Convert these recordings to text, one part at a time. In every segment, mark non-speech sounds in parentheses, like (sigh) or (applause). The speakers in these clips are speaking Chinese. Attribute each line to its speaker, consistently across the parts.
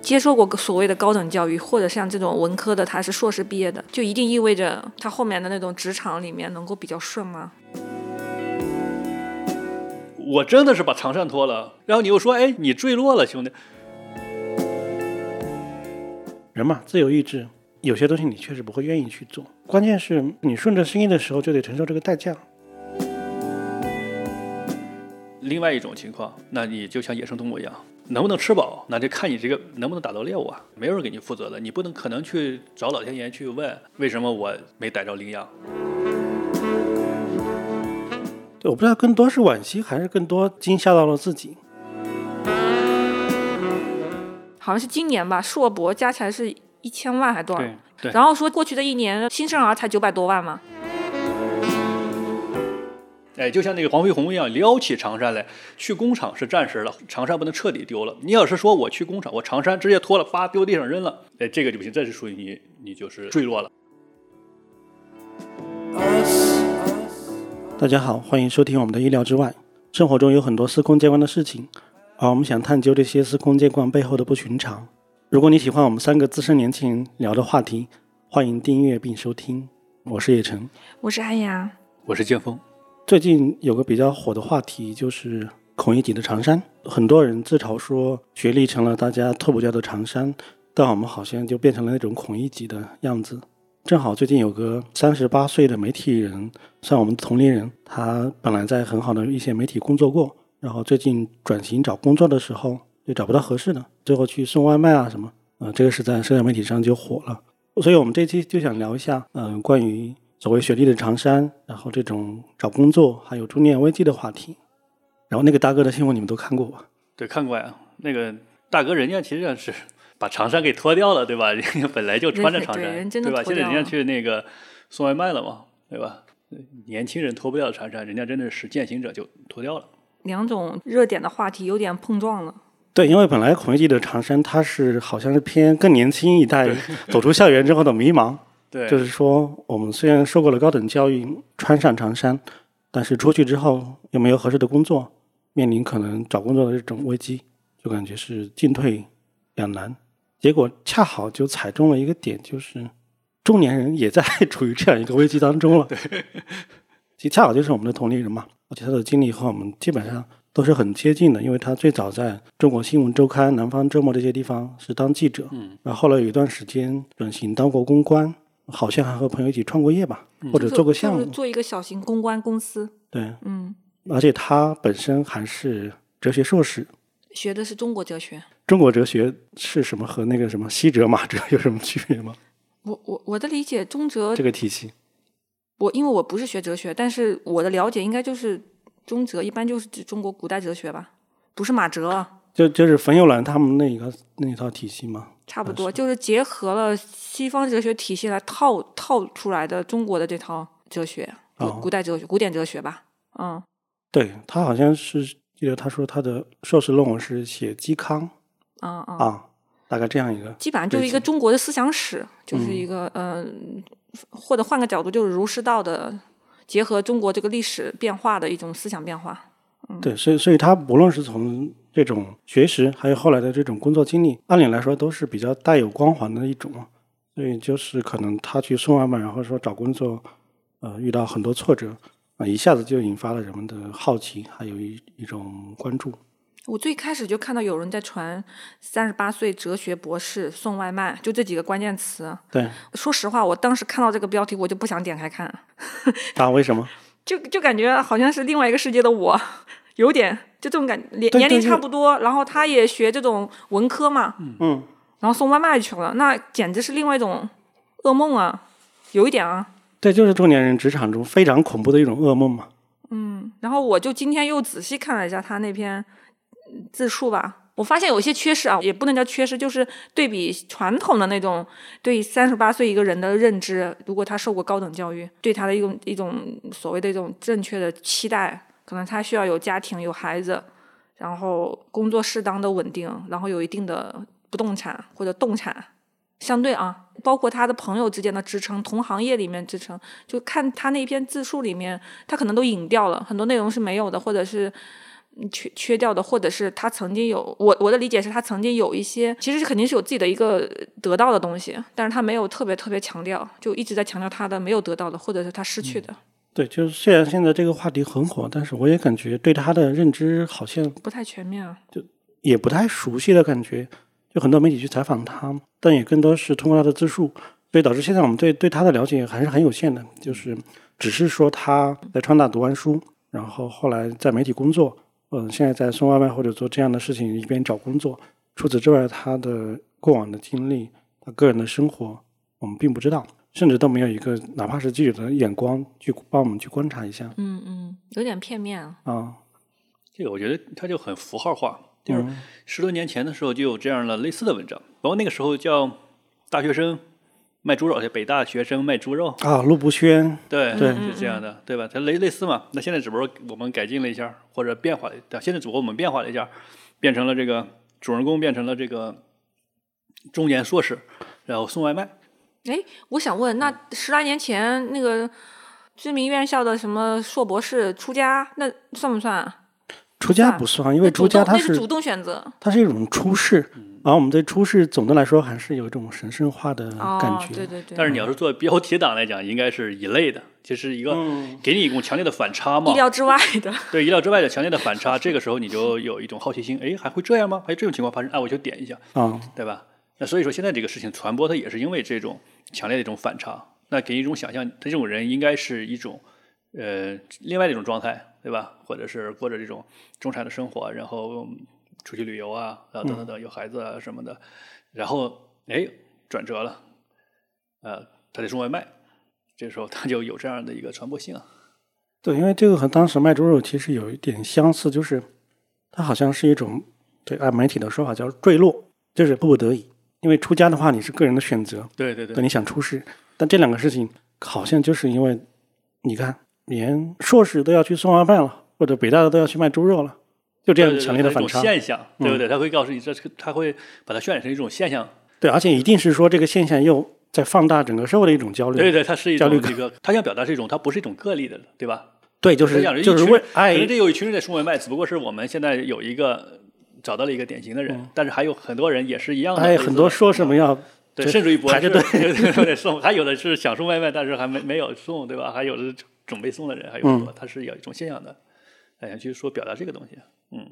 Speaker 1: 接受过所谓的高等教育，或者像这种文科的，他是硕士毕业的，就一定意味着他后面的那种职场里面能够比较顺吗？
Speaker 2: 我真的是把长衫脱了，然后你又说，哎，你坠落了，兄弟。
Speaker 3: 人嘛，自由意志，有些东西你确实不会愿意去做，关键是你顺着心意的时候，就得承受这个代价。
Speaker 2: 另外一种情况，那你就像野生动物一样，能不能吃饱，那就看你这个能不能打到猎物啊，没有人给你负责的，你不能可能去找老天爷去问为什么我没逮着羚羊。
Speaker 3: 对，我不知道更多是惋惜，还是更多惊吓到了自己。
Speaker 1: 好像是今年吧，硕博加起来是一千万还多少
Speaker 2: 对？对
Speaker 1: 然后说过去的一年新生儿才九百多万嘛，
Speaker 2: 哎，就像那个黄飞鸿一样，撩起长衫来，去工厂是暂时的，长衫不能彻底丢了。你要是说我去工厂，我长衫直接脱了，叭丢地上扔了，哎，这个就不行，这是属于你，你就是坠落了。
Speaker 3: 大家好，欢迎收听我们的意料之外。生活中有很多司空见惯的事情，而我们想探究这些司空见惯背后的不寻常。如果你喜欢我们三个资深年轻人聊的话题，欢迎订阅并收听。我是叶晨。
Speaker 1: 我是安阳，
Speaker 2: 我是剑锋，
Speaker 3: 最近有个比较火的话题就是孔乙己的长衫，很多人自嘲说学历成了大家脱不掉的长衫，但我们好像就变成了那种孔乙己的样子。正好最近有个三十八岁的媒体人，算我们同龄人，他本来在很好的一些媒体工作过，然后最近转型找工作的时候就找不到合适的，最后去送外卖啊什么，呃，这个是在社交媒体上就火了。所以我们这期就想聊一下，嗯、关于所谓学历的长衫，然后这种找工作还有中年危机的话题。然后那个大哥的新闻你们都看过吧？
Speaker 2: 对，看过呀。那个大哥，人家其实上是 (laughs) 把长衫给脱掉了，对吧？人 (laughs) 家本来就穿着长衫，
Speaker 1: 对人
Speaker 2: 对
Speaker 1: 真的
Speaker 2: 吧？
Speaker 1: 脱
Speaker 2: 现
Speaker 1: 掉
Speaker 2: 在
Speaker 1: 了
Speaker 2: 人家去那个送外卖了嘛，对吧？年轻人脱不掉长衫，人家真的是践行者就脱掉了。
Speaker 1: 两种热点的话题有点碰撞了。
Speaker 3: 对，因为本来孔乙己的长衫，它是好像是偏更年轻一代走出校园之后的迷茫，
Speaker 2: 对，
Speaker 3: 就是说我们虽然受过了高等教育，穿上长衫，但是出去之后又没有合适的工作，面临可能找工作的这种危机，就感觉是进退两难。结果恰好就踩中了一个点，就是中年人也在 (laughs) 处于这样一个危机当中了。其实恰好就是我们的同龄人嘛，而且他的经历和我们基本上都是很接近的，因为他最早在中国新闻周刊、南方周末这些地方是当记者，
Speaker 2: 嗯，
Speaker 3: 然后后来有一段时间转型当过公关，好像还和朋友一起创过业吧，或者做
Speaker 1: 做
Speaker 3: 过项目
Speaker 1: 做，做一个小型公关公司，
Speaker 3: 对，
Speaker 1: 嗯，
Speaker 3: 而且他本身还是哲学硕士，
Speaker 1: 学的是中国哲学。
Speaker 3: 中国哲学是什么和那个什么西哲、马哲 (laughs) 有什么区别吗？
Speaker 1: 我我我的理解，中哲
Speaker 3: 这个体系，
Speaker 1: 我因为我不是学哲学，但是我的了解应该就是中哲，一般就是指中国古代哲学吧，不是马哲啊，
Speaker 3: 就就是冯友兰他们那一个那一套体系嘛。
Speaker 1: 差不多啊就是结合了西方哲学体系来套套出来的中国的这套哲学，古、
Speaker 3: 哦
Speaker 1: 古代哲学、古典哲学吧，嗯，
Speaker 3: 对他好像是记得他说他的硕士论文是写嵇康
Speaker 1: 啊啊，
Speaker 3: 啊，大概这样一个。
Speaker 1: 基本上就是一个中国的思想史，就是一个嗯、或者换个角度就是儒释道的结合中国这个历史变化的一种思想变化。
Speaker 3: 对，所以所以他无论是从这种学识，还有后来的这种工作经历，按理来说都是比较带有光环的一种嘛。所以就是可能他去送外卖，然后说找工作，呃，遇到很多挫折，啊、一下子就引发了人们的好奇，还有一一种关注。
Speaker 1: 我最开始就看到有人在传“三十八岁哲学博士送外卖”，就这几个关键词。
Speaker 3: 对，
Speaker 1: 说实话，我当时看到这个标题，我就不想点开看，
Speaker 3: 啊，为什么？
Speaker 1: 就就感觉好像是另外一个世界的我， (laughs) 有点就这种感觉，年
Speaker 3: 对
Speaker 1: 年龄
Speaker 3: 对
Speaker 1: 差不多，然后他也学这种文科嘛，
Speaker 3: 嗯，
Speaker 1: 然后送外卖去了，那简直是另外一种噩梦啊，有一点啊。
Speaker 3: 这就是中年人职场中非常恐怖的一种噩梦嘛。
Speaker 1: 然后我就今天又仔细看了一下他那篇嗯自述吧，我发现有一些缺失啊，也不能叫缺失，就是对比传统的那种对三十八岁一个人的认知，如果他受过高等教育，对他的一种一种所谓的一种正确的期待，可能他需要有家庭、有孩子，然后工作适当的稳定，然后有一定的不动产或者动产。相对啊，包括他的朋友之间的支撑，同行业里面支撑，就看他那篇自述里面，他可能都隐掉了很多内容是没有的，或者是嗯缺缺掉的，或者是他曾经有我我的理解是他曾经有一些，其实是肯定是有自己的一个得到的东西，但是他没有特别特别强调，就一直在强调他的没有得到的，或者是他失去的，
Speaker 3: 对，就是虽然现在这个话题很火，但是我也感觉对他的认知好像
Speaker 1: 不太全面啊。
Speaker 3: 也不太熟悉的感觉。就很多媒体去采访他，但也更多是通过他的自述，所以导致现在我们对对他的了解还是很有限的，就是只是说他在川大读完书，然后后来在媒体工作，嗯、现在在送外卖或者做这样的事情，一边找工作。除此之外，他的过往的经历，他个人的生活，我们并不知道，甚至都没有一个哪怕是记者的眼光去帮我们去观察一下
Speaker 1: 嗯嗯，有点片面啊。
Speaker 3: 啊。
Speaker 2: 这个我觉得它就很符号化，就是
Speaker 3: 嗯
Speaker 2: 十多年前的时候就有这样的类似的文章，包括那个时候叫大学生卖猪肉，北大学生卖猪肉，
Speaker 3: 啊，陆步轩，
Speaker 2: 对，
Speaker 3: 对
Speaker 2: 是这样的，对吧？它类类似嘛。那现在只不过我们改进了一下，或者变化了，对，现在只不过我们变化了一下，变成了这个主人公变成了这个中年硕士，然后送外卖。
Speaker 1: 哎，我想问，那十来年前那个知名院校的什么硕博士出家，那算不算啊？
Speaker 3: 出家不算，因
Speaker 1: 那
Speaker 3: 为
Speaker 1: 主
Speaker 3: 出家
Speaker 1: 动
Speaker 3: 他
Speaker 1: 那主动选择，
Speaker 3: 它是一种出世，
Speaker 2: 嗯
Speaker 3: 然后我们对出世总的来说还是有一种神圣化的
Speaker 1: 哦
Speaker 3: 嗯感，觉。
Speaker 1: 对对对，
Speaker 2: 但是你要是做标题党来讲，应该是一类的，就是一个
Speaker 3: 嗯
Speaker 2: 给你一种强烈的反差嘛
Speaker 1: 意，料之外的，
Speaker 2: 对意料之外的强烈的反差，这个时候你就有一种好奇心，哎，还会这样吗？还有这种情况发生，啊，我就点一下，
Speaker 3: 啊，
Speaker 2: 对吧？那所以说现在这个事情传播，它也是因为这种强烈的一种反差，那给人一种想象，他这种人应该是一种呃另外的一种状态，对吧？或者是过着这种中产的生活，然后嗯出去旅游啊，啊
Speaker 3: 嗯
Speaker 2: 等等等，有孩子啊什么的，然后哎转折了，呃，他得送外卖，这时候他就有这样的一个传播性啊。
Speaker 3: 对，因为这个和当时卖猪肉其实有一点相似，就是它好像是一种对按媒体的说法叫坠落，就是迫不得已。因为出家的话，你是个人的选择，
Speaker 2: 对对
Speaker 3: 对，你想出世，但这两个事情好像就是因为你看，连硕士都要去送外卖了，或者北大的都要去卖猪肉了，就这样
Speaker 2: 对对对
Speaker 3: 强烈的
Speaker 2: 它是一
Speaker 3: 反差嗯
Speaker 2: 种。现象，对不对？他会告诉你，这是他会把它渲染成一种现象。
Speaker 3: 对，而且一定是说这个现象又在放大整个社会的一种焦虑。
Speaker 2: 对对，它是一
Speaker 3: 焦
Speaker 2: 种
Speaker 3: 虑
Speaker 2: 这个，他想表达是一种，它不是一种个例的，对吧？
Speaker 3: 对，就
Speaker 2: 他
Speaker 3: 是
Speaker 2: 讲
Speaker 3: 就
Speaker 2: 一
Speaker 3: 是
Speaker 2: 群
Speaker 3: 为
Speaker 2: 人可
Speaker 3: 爱
Speaker 2: 能这有一群人在送外卖，只不过是我们现在有一个找到了一个典型的人，但是还有很多人也是一嗯样的类似
Speaker 3: 爱
Speaker 2: 的。
Speaker 3: 嗯哎很多硕士们要
Speaker 2: 对，
Speaker 3: 就
Speaker 2: 甚至于博
Speaker 3: 排
Speaker 2: 士
Speaker 3: 着队
Speaker 2: 有得送，还有的是想送外卖，但是还没没有送，对吧？还有的准备送的人还有
Speaker 3: 嗯
Speaker 2: 很多，它是有一种现象的。哎呀，就是说表达这个东西，嗯，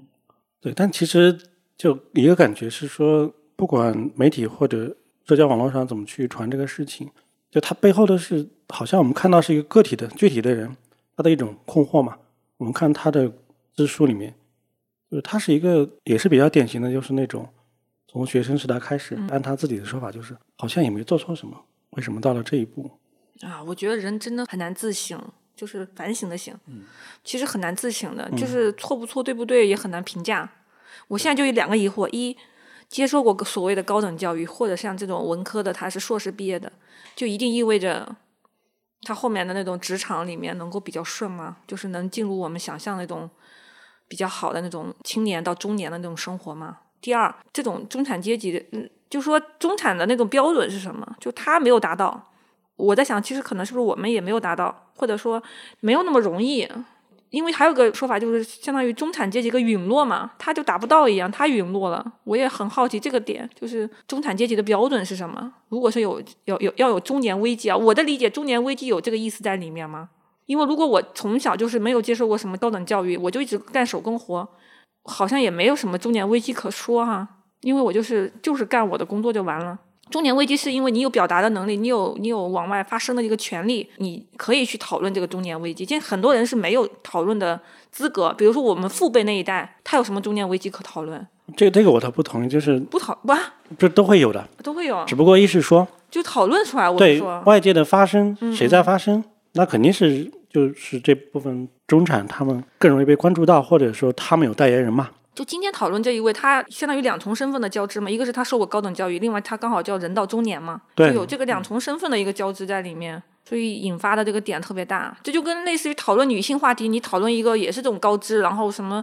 Speaker 3: 对，但其实就一个感觉是说，不管媒体或者社交网络上怎么去传这个事情，就它背后的是好像我们看到是一个个体的具体的人，他的一种困惑嘛。我们看他的自述里面，就是他是一个也是比较典型的，就是那种从学生时代开
Speaker 2: 嗯
Speaker 3: 始，按他自己的说法，就是好像也没做错什么，为什么到了这一步？
Speaker 1: 啊，我觉得人真的很难自省，就是反省的省，其实很难自省的，就是错不错、对不对也很难评价。我现在就有两个疑惑：一，接受过所谓的高等教育，或者像这种文科的，他是硕士毕业的，就一定意味着他后面的那种职场里面能够比较顺吗？就是能进入我们想象那种比较好的那种青年到中年的那种生活吗？第二，这种中产阶级的，嗯，就说中产的那种标准是什么？就他没有达到，我在想，其实可能是不是我们也没有达到，或者说没有那么容易，因为还有个说法就是相当于中产阶级一个陨落嘛，他就达不到一样，他陨落了。我也很好奇这个点，就是中产阶级的标准是什么？如果是有有有要有中年危机啊，我的理解，中年危机有这个意思在里面吗？因为如果我从小就是没有接受过什么高等教育，我就一直干手工活，好像也没有什么中年危机可说哈、因为我就是就是干我的工作就完了。中年危机是因为你有表达的能力，你有你有往外发声的一个权利，你可以去讨论这个中年危机。现在很多人是没有讨论的资格，比如说我们父辈那一代，他有什么中年危机可讨论？
Speaker 3: 这这个我倒不同意，就是
Speaker 1: 不讨哇
Speaker 3: 这都会有的，
Speaker 1: 都会有
Speaker 3: 只，不过一是说
Speaker 1: 就讨论出来。哦我是
Speaker 3: 对
Speaker 1: 说，嗯
Speaker 3: 外界的发声，谁在发声，那肯定是就是这部分中产他们更容易被关注到，或者说他们有代言人嘛。
Speaker 1: 就今天讨论这一位，他相当于两重身份的交织嘛，一个是他受过高等教育，另外他刚好叫人到中年嘛，就
Speaker 3: 对
Speaker 2: 嗯
Speaker 1: 有这个两重身份的一个交织在里面，所以引发的这个点特别大。这就跟类似于讨论女性话题，你讨论一个也是这种高知，然后什么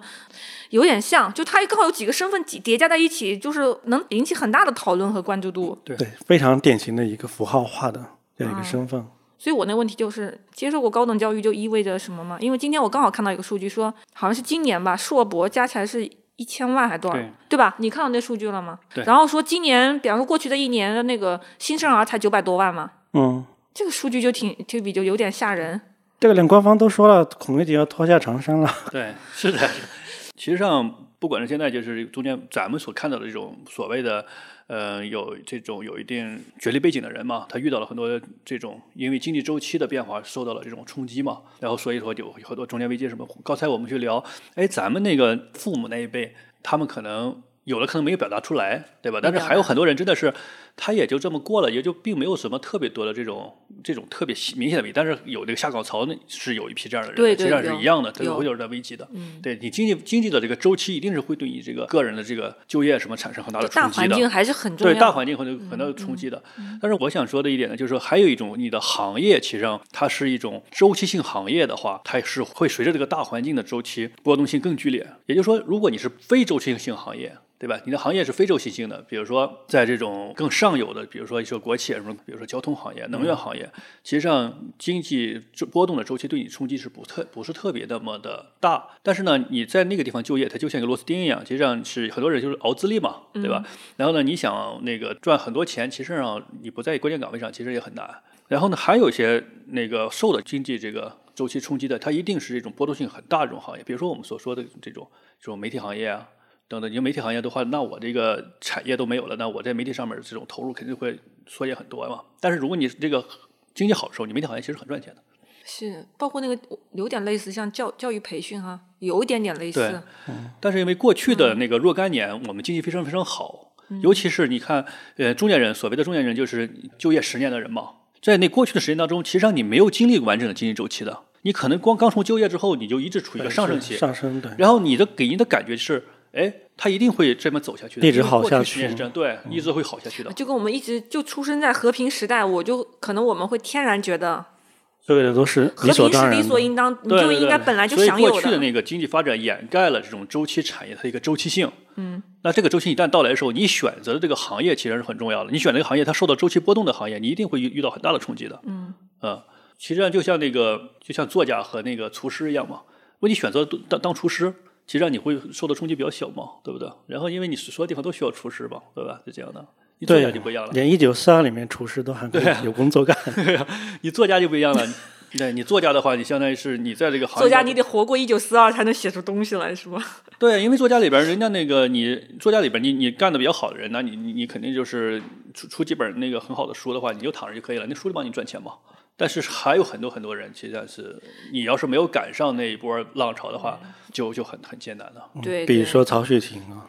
Speaker 1: 有点像，就他刚好有几个身份叠叠加在一起，就是能引起很大的讨论和关注度。
Speaker 2: 对
Speaker 1: 啊
Speaker 3: 对，非常典型的一个符号化的这样一个身份。
Speaker 1: 所以我那问题就是，接受过高等教育就意味着什么吗？因为今天我刚好看到一个数据说，好像是今年吧，硕博加起来是一千万还多少，
Speaker 2: 对
Speaker 1: 吧？你看到那数据了吗？
Speaker 2: 对
Speaker 1: 然后说今年，比方说过去的一年的那个新生儿才九百多万嘛，
Speaker 3: 嗯，
Speaker 1: 这个数据就挺就比就有点吓人。
Speaker 3: 这个连官方都说了，孔乙己要脱下长衫了。
Speaker 2: (laughs) 对，是的。其实上，不管是现在就是中间咱们所看到的这种所谓的，呃，有这种有一定学历背景的人嘛，他遇到了很多这种因为经济周期的变化受到了这种冲击嘛，然后所以说有有很多中年危机什么。刚才我们去聊，哎，咱们那个父母那一辈，他们可能有的可能没有表达出来，对吧？但是还有很多人真的是他也就这么过了，也就并没有什么特别多的这种这种特别细明显的危机，但是有这个下岗潮那是有一批这样的人的，
Speaker 1: 对对
Speaker 2: 实际上是
Speaker 1: 有
Speaker 2: 一样的，他
Speaker 1: 有
Speaker 2: 会有点危机的。
Speaker 1: 嗯，
Speaker 2: 对你经济经济的这个周期，一定是会对你这个个人的这个就业什么产生很大的
Speaker 1: 大
Speaker 2: 冲击
Speaker 1: 环
Speaker 2: 的。
Speaker 1: 境还是很重要嗯
Speaker 2: 对
Speaker 1: 的。
Speaker 2: 大环境很多很大的冲击的，嗯但是我想说的一点呢，就是说还有一种你的行业，其实上它是一种周期性行业的话，它是会随着这个大环境的周期波动性更剧烈。也就是说，如果你是非周期性行业，对吧？你的行业是非周期性的，比如说在这种更上游的，比如说一些国企什么，比如说交通行业、能源行业，其实上经济周波动的周期对你冲击是不特不是特别那么的大。但是呢，你在那个地方就业，它就像一个螺丝钉一样，其实上是很多人就是熬资历嘛，
Speaker 1: 嗯
Speaker 2: 对吧？然后呢，你想那个赚很多钱，其实上你不在关键岗位上，其实也很难。然后呢，还有一些那个受的经济这个周期冲击的，它一定是这种波动性很大的这种行业，比如说我们所说的这种这种媒体行业啊。等等，你媒体行业的话，那我这个产业都没有了，那我在媒体上面这种投入肯定会缩减很多嘛。但是如果你这个经济好的时候，你媒体行业其实很赚钱的。
Speaker 1: 是包括那个有点类似，像教教育培训哈、有一点点类
Speaker 2: 对
Speaker 1: 似。
Speaker 2: 但是因为过去的
Speaker 3: 嗯
Speaker 2: 那个若干年，我们经济非常非常好，尤其是你看，呃，中年人，所谓的中年人就是就业十年的人嘛，在那过去的时间当中，其实上你没有经历过完整的经济周期的，你可能光刚从就业之后，你就一直处于一个上升期，
Speaker 3: (laughs) 上升对，
Speaker 2: 然后你的给人的感觉是，哎，他一定会这么走下去的，
Speaker 3: 一直
Speaker 2: 因为
Speaker 3: 好
Speaker 2: 过
Speaker 3: 下
Speaker 2: 去十年
Speaker 3: 去嗯
Speaker 2: 是这样，对，一直会好下去的。
Speaker 1: 就跟我们一直就出生在和平时代，我就可能我们会天然觉得
Speaker 3: 这个都是
Speaker 1: 和
Speaker 3: 理所
Speaker 1: 平
Speaker 3: 当
Speaker 1: 是
Speaker 3: 然
Speaker 1: 理
Speaker 3: 的。
Speaker 1: 所应当，你
Speaker 2: 对
Speaker 1: 就
Speaker 2: 对
Speaker 1: 应
Speaker 2: 对
Speaker 1: 该本来就
Speaker 2: 所以
Speaker 1: 享有
Speaker 2: 过去的那个经济发展掩盖了这种周期产业它的一个周期性。
Speaker 1: 嗯，
Speaker 2: 那这个周期一旦到来的时候，你选择的这个行业其实是很重要的。你选这个行业，它受到周期波动的行业，你一定会遇遇到很大的冲击的。
Speaker 1: 嗯
Speaker 2: 嗯，其实上就像那个就像作家和那个厨师一样嘛，如果你选择当当厨师。其实上你会受到冲击比较小嘛，对不对？然后因为你所有地方都需要厨师嘛，对吧？是这样的，你作家
Speaker 3: 对
Speaker 2: 就不一样了，，
Speaker 3: 连一九四二里面厨师都还可
Speaker 2: 啊
Speaker 3: 以有工作干。
Speaker 2: 你 (laughs) 作家就不一样了。对你作家的话，你相当于是你在这个行业
Speaker 1: 作家
Speaker 2: 当中
Speaker 1: 你得活过一九四二才能写出东西来，是吧？
Speaker 2: 对，因为作家里边儿，人家那个你作家里边儿你，你干的比较好的人呢，你你你肯定就是出出几本那个很好的书的话，你就躺着就可以了，那书就帮你赚钱嘛。但是还有很多很多人，其实上是你要是没有赶上那一波浪潮的话，就就很很艰难的。
Speaker 1: 对，
Speaker 3: (laughs) 比
Speaker 1: 对
Speaker 3: 如说曹雪芹啊，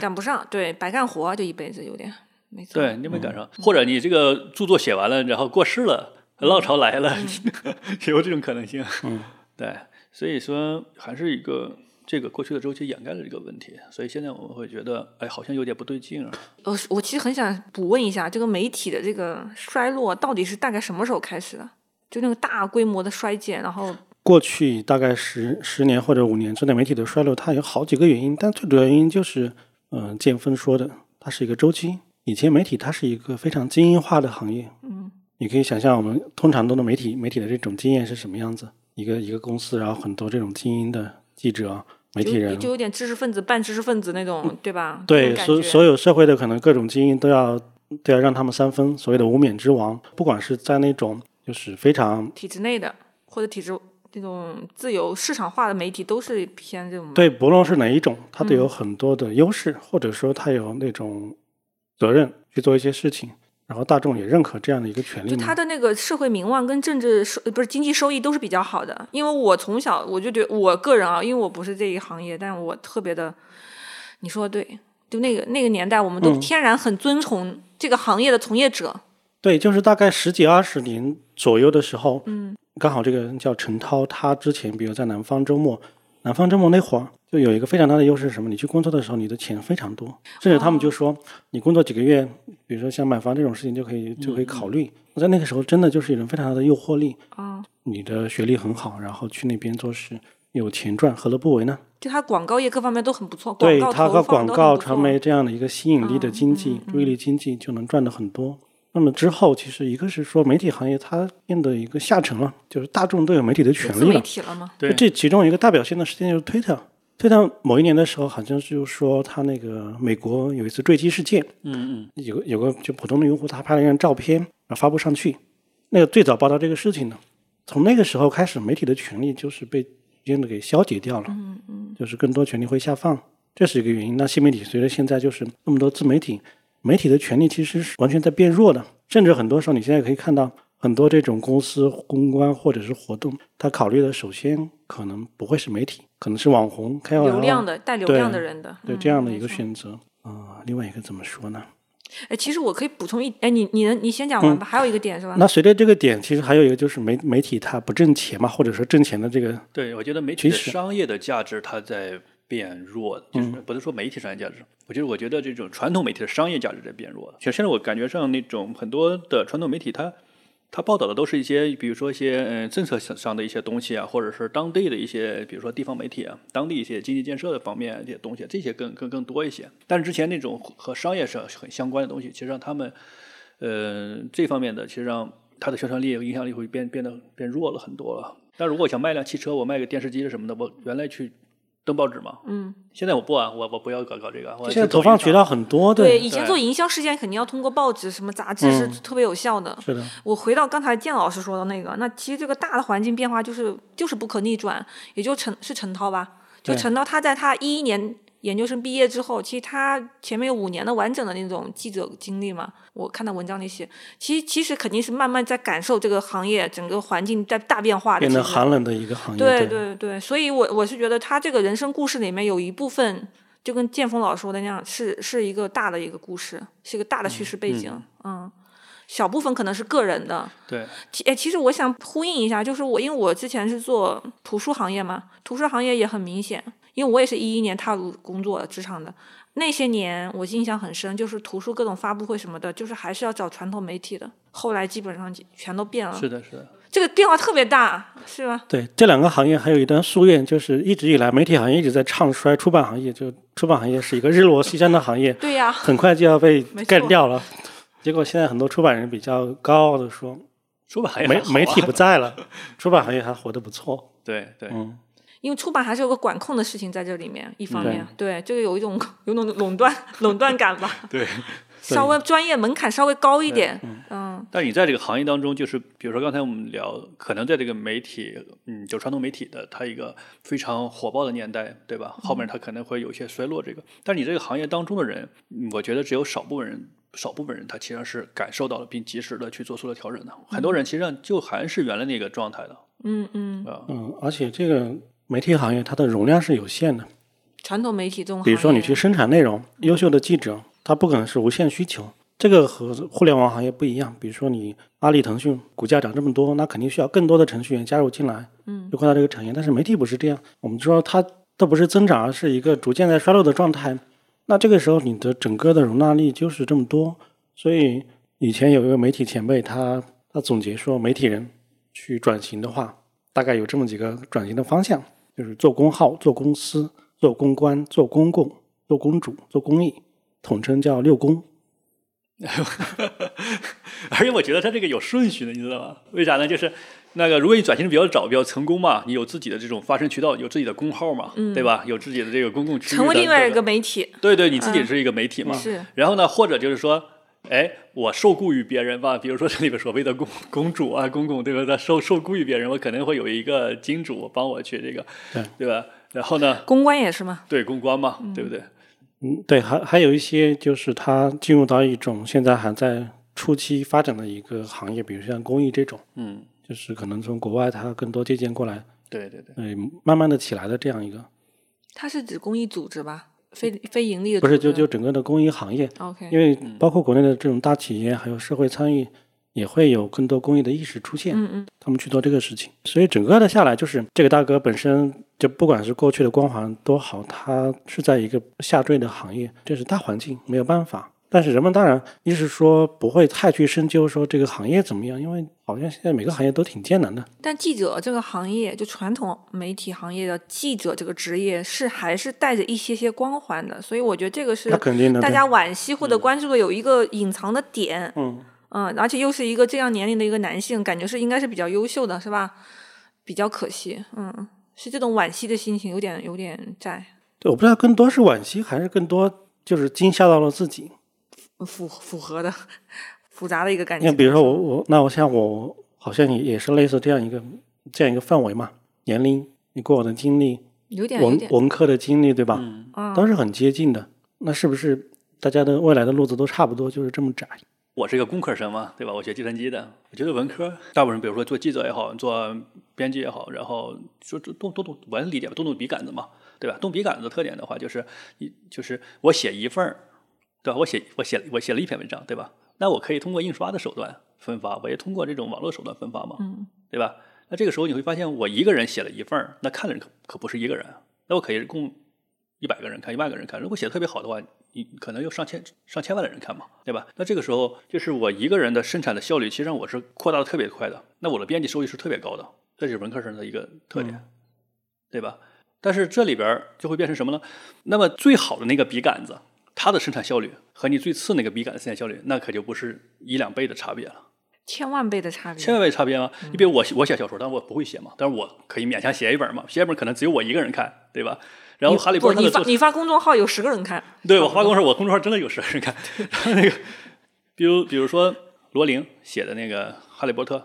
Speaker 1: 赶不上，对，白干活啊就一辈子有点，没错。
Speaker 2: 对，你没赶上，或者你这个著作写完了，然后过世了，浪潮来了，也 (laughs) 有这种可能性。
Speaker 3: 嗯，
Speaker 2: (laughs) 对，所以说还是一个这个过去的周期掩盖了这个问题，所以现在我们会觉得，哎，好像有点不对劲啊。
Speaker 1: 我是我其实很想补问一下，这个媒体的这个衰落到底是大概什么时候开始的？就那个大规模的衰减，然后
Speaker 3: 过去大概十十年或者五年之内，媒体的衰落它有好几个原因，但最主要原因就是，嗯、建峰说的，它是一个周期。以前媒体它是一个非常精英化的行业，
Speaker 1: 嗯，
Speaker 3: 你可以想象我们通常中的媒体媒体的这种经验是什么样子，一个一个公司，然后很多这种精英的记者啊、媒体
Speaker 1: 就
Speaker 3: 人，嗯
Speaker 1: 就有点知识分子、半知识分子那种，对吧？
Speaker 3: 对，
Speaker 1: 这种
Speaker 3: 所
Speaker 1: 感觉
Speaker 3: 所有社会的可能各种精英都要都要让他们三分，所谓的无冕之王，不管是在那种就是非常
Speaker 1: 体制内的或者体制这种自由市场化的媒体都是偏这种
Speaker 3: 对，不论是哪一种，它都有很多的优势，或者说它有那种责任去做一些事情，然后大众也认可这样的一个权利
Speaker 1: 就
Speaker 3: 嘛。
Speaker 1: 他的那个社会名望跟政治收呃不是经济收益都是比较好的，因为我从小我就觉得我个人啊，因为我不是这一行业，但我特别的，你说的对，就那个那个年代，我们都
Speaker 3: 嗯
Speaker 1: 天然很尊崇这个行业的从业者，
Speaker 3: 对，就是大概十几二十年左右的时候，嗯，刚好这个人叫陈涛，他之前比如在南方周末，南方周末那会儿就有一个非常大的优势是什么？你去工作的时候，你的钱非常多，甚至他们就说、你工作几个月，比如说像买房这种事情就可以就可以考虑。在那个时候，真的就是一种非常大的诱惑力。
Speaker 1: 啊、
Speaker 3: 你的学历很好，然后去那边做事有钱赚，何乐不为呢？
Speaker 1: 就他广告业各方面都很不错，
Speaker 3: 对
Speaker 1: 告
Speaker 3: 它
Speaker 1: 投
Speaker 3: 和
Speaker 1: 放
Speaker 3: 广
Speaker 1: 都很
Speaker 3: 告、
Speaker 1: 不
Speaker 3: 传
Speaker 1: 错
Speaker 3: 媒这样的一个吸引力的
Speaker 1: 嗯
Speaker 3: 经济、注意力经济就能赚得很多。那么之后，其实一个是说媒体行业它变得一个下沉了，就是大众都有媒体的权
Speaker 1: 自
Speaker 3: 利
Speaker 1: 媒
Speaker 3: 了。
Speaker 1: 体了吗？
Speaker 2: 对
Speaker 3: 这其中一个大表现的事件就是 Twitter。Twitter 某一年的时候，好像是就说它那个美国有一次坠机事件，
Speaker 2: 嗯嗯，
Speaker 3: 有个有个就普通的用户他拍了一张照片，然后发布上去。那个最早报道这个事情呢，从那个时候开始，媒体的权利就是被逐渐的给消解掉了，
Speaker 1: 嗯嗯，
Speaker 3: 就是更多权利会下放，这是一个原因。那新媒体随着现在就是那么多自媒体，媒体的权利其实是完全在变弱的，甚至很多时候你现在可以看到很多这种公司公关或者是活动，它考虑的首先可能不会是媒体，可能是网红、KOL
Speaker 1: 流量的带流量的
Speaker 3: 对
Speaker 1: 人的，
Speaker 3: 对
Speaker 1: 嗯
Speaker 3: 这样的一个
Speaker 1: 没错
Speaker 3: 选择。啊、另外一个怎么说呢？
Speaker 1: 哎，其实我可以补充一，哎，你你能你先讲完吧，还有一个点是吧？
Speaker 3: 嗯那随着这个点，其实还有一个就是媒媒体它不挣钱嘛，或者说挣钱的这个，
Speaker 2: 对，我觉得媒体
Speaker 3: 其
Speaker 2: 的
Speaker 3: 实嗯
Speaker 2: 商业的价值它在变弱，就是不能说媒体商业价值，我觉得我觉得这种传统媒体的商业价值在变弱。像现在我感觉上那种很多的传统媒体它。它报道的都是一些，比如说一些嗯政策上的一些东西啊，或者是当地的一些，比如说地方媒体啊，当地一些经济建设的方面一些东西，这些更更更多一些。但是之前那种和商业上很相关的东西，其实让他们呃，这方面的其实让它的宣传力、影响力会变变得变弱了很多了。但如果我想卖辆汽车，我卖个电视机啊什么的，我原来去登报纸嘛，
Speaker 1: 嗯，
Speaker 2: 现在我不啊，我我不要搞搞这个，我
Speaker 3: 现在
Speaker 2: 去抖
Speaker 3: 投
Speaker 2: 音
Speaker 3: 放渠
Speaker 2: 上
Speaker 3: 道很多的，
Speaker 1: 对，以前
Speaker 2: 对
Speaker 1: 做营销事件肯定要通过报纸、什么杂志
Speaker 3: 嗯
Speaker 1: 是特别有效的。
Speaker 3: 是的，
Speaker 1: 我回到刚才建老师说的那个，那其实这个大的环境变化就是就是不可逆转，也就陈是陈涛吧，就
Speaker 3: 对
Speaker 1: 陈涛他在他一一年研究生毕业之后，其实他前面有五年的完整的那种记者经历嘛，我看到文章里写，其实其实肯定是慢慢在感受这个行业整个环境在大变化的
Speaker 3: 变
Speaker 1: 其
Speaker 3: 得
Speaker 1: 实，
Speaker 3: 寒冷的一个行业，
Speaker 1: 对对对，所以我我是觉得他这个人生故事里面有一部分，就跟建峰老师说的那样，是是一个大的一个故事，是一个大的叙事背景，嗯。小部分可能是个人的，
Speaker 2: 对，
Speaker 1: 其诶，其实我想呼应一下，就是我因为我之前是做图书行业嘛，图书行业也很明显，因为我也是一一年踏入工作职场的。那些年我印象很深，就是图书各种发布会什么的，就是还是要找传统媒体的。后来基本上全都变了
Speaker 2: 是，的，是的，
Speaker 1: 这个变化特别大，是吧？
Speaker 3: 对这两个行业还有一段夙愿，就是一直以来媒体行业一直在唱衰出版行业，就出版行业是一个日落西山的
Speaker 1: (laughs)
Speaker 3: 行业，
Speaker 1: 对呀、
Speaker 3: 很快就要被
Speaker 1: 没错
Speaker 3: 干掉了。结果现在很多出版人比较高傲的说，
Speaker 2: 出版行业
Speaker 3: 媒
Speaker 2: 还好啊
Speaker 3: 媒体不
Speaker 2: (laughs)
Speaker 3: 在了，出版行业还活得不错。
Speaker 2: 对对，
Speaker 3: 嗯，
Speaker 1: 因为出版还是有个管控的事情在这里面，一方面，对这个有一种 (laughs) 有种垄断垄断感吧，
Speaker 2: 对，
Speaker 1: 稍微专业门槛稍微高一点，嗯，
Speaker 2: 但你在这个行业当中，就是比如说刚才我们聊，可能在这个媒体，嗯，就传统媒体的它一个非常火爆的年代，对吧？后面
Speaker 1: 嗯
Speaker 2: 它可能会有一些衰落。这个，但你这个行业当中的人，嗯我觉得只有少部分人，少部分人他其实是感受到了，并及时的去做出了调整的。很多人其实上就还是原来那个状态的 (laughs)
Speaker 1: 嗯嗯，
Speaker 2: 啊。
Speaker 3: 嗯，而且这个媒体行业它的容量是有限的，
Speaker 1: 传统媒体这种行业，
Speaker 3: 比如说你去生产内容，优秀的记者他不可能是无限需求，这个和互联网行业不一样。比如说你阿里、腾讯股价涨这么多，那肯定需要更多的程序员加入进来，嗯，就扩大这个产业。但是媒体不是这样，我们知道它它不是增长，而是一个逐渐在衰落的状态。那这个时候你的整个的容纳力就是这么多，所以以前有一个媒体前辈他他总结说，媒体人去转型的话，大概有这么几个转型的方向，就是做公号、做公司、做公关、做公共、做公主、做公益，统称叫六公。
Speaker 2: 而且我觉得它这个有顺序的，你知道吗？为啥呢？就是那个，如果你转型的比较早、比较成功嘛，你有自己的这种发声渠道，有自己的公号嘛，对吧？有自己的这个公共区域的
Speaker 1: 嗯成为另外一
Speaker 2: 这
Speaker 1: 个媒体，
Speaker 2: 对对，你自己是一个媒体嘛。
Speaker 3: 嗯
Speaker 1: 是
Speaker 2: 然后呢，或者就是说，哎，我受雇于别人吧，比如说这里边所谓的公公主啊、公公，对吧？他受受雇于别人，我可能会有一个金主帮我去这个，
Speaker 3: 对
Speaker 2: 对吧？然后呢，
Speaker 1: 公关也是嘛，
Speaker 2: 对公关嘛，对不对？
Speaker 3: 嗯，对，还还有一些就是它进入到一种现在还在初期发展的一个行业，比如像公益这种，
Speaker 2: 嗯，
Speaker 3: 就是可能从国外它更多借鉴过来，
Speaker 2: 对对对，
Speaker 3: 呃，慢慢的起来的这样一个，
Speaker 1: 它是指公益组织吧，非非盈利的组
Speaker 3: 不
Speaker 1: 织，
Speaker 3: 是就就整个的公益行业，
Speaker 1: OK，
Speaker 3: 因为包括国内的这种大企业，还有社会参与，也会有更多公益的意识出现。
Speaker 1: 嗯嗯，
Speaker 3: 他们去做这个事情，所以整个的下来就是这个大哥本身就不管是过去的光环多好，他是在一个下坠的行业，这是大环境没有办法。但是人们当然一是说不会太去深究说这个行业怎么样，因为好像现在每个行业都挺艰难的。
Speaker 1: 但记者这个行业，就传统媒体行业的记者这个职业是还是带着一些些光环的，所以我觉得这个是
Speaker 3: 那肯定的
Speaker 1: 大
Speaker 3: 对
Speaker 2: 嗯
Speaker 1: 家惋惜或者关注的有一个隐藏的点，
Speaker 3: 嗯，
Speaker 1: 嗯，而且又是一个这样年龄的一个男性，感觉是应该是比较优秀的，是吧？比较可惜，嗯，是这种惋惜的心情，有点有点在
Speaker 3: 对，我不知道更多是惋惜，还是更多就是惊吓到了自己。
Speaker 1: 符符合的复杂的一个感
Speaker 3: 你
Speaker 1: 情。
Speaker 3: 看，比如说我我，那我像我好像也也是类似这样一个这样一个范围嘛，年龄、你过往的经历、
Speaker 1: 有点有
Speaker 3: 文
Speaker 1: 点，
Speaker 3: 文科的经历，对吧？
Speaker 2: 嗯，
Speaker 1: 嗯，
Speaker 3: 都是很接近的。那是不是大家的未来的路子都差不多，就是这么窄？
Speaker 2: 我是一个工科生嘛，对吧？我学计算机的，我觉得文科大部分人，比如说做记者也好，做编辑也好，然后就就动动动文理解吧，动动笔杆子嘛，对吧？动笔杆子的特点的话，就是一就是我写一份儿，对吧？我写我写我写了一篇文章，对吧？那我可以通过印刷的手段分发，我也通过这种网络手段分发嘛，
Speaker 1: 嗯
Speaker 2: 对吧？那这个时候你会发现，我一个人写了一份儿，那看的人可可不是一个人，啊那我可以供一百个人看，一万个人看。如果写的特别好的话，你可能有上千上千万的人看嘛，对吧？那这个时候就是我一个人的生产的效率，其实上我是扩大的特别快的，那我的编辑收益是特别高的，这是文科生的一个特
Speaker 1: 嗯
Speaker 2: 点，对吧？但是这里边儿就会变成什么呢？那么最好的那个笔杆子，它的生产效率和你最次那个笔杆的生产效率，那可就不是一两倍的差别了。
Speaker 1: 千万倍的差别。
Speaker 2: 千万倍差别吗？
Speaker 1: 嗯
Speaker 2: 你比如我我写小说，但我不会写嘛，但是我可以勉强写一本嘛，写一本可能只有我一个人看，对吧？然后
Speaker 1: 你
Speaker 2: 哈利波特
Speaker 1: 不你
Speaker 2: 的
Speaker 1: 发
Speaker 2: 作者，
Speaker 1: 你发公众号有十个人看，
Speaker 2: 对我发公众号，我公众号真的有十个人看。然后那个，比如比如说罗琳写的那个《哈利波特》，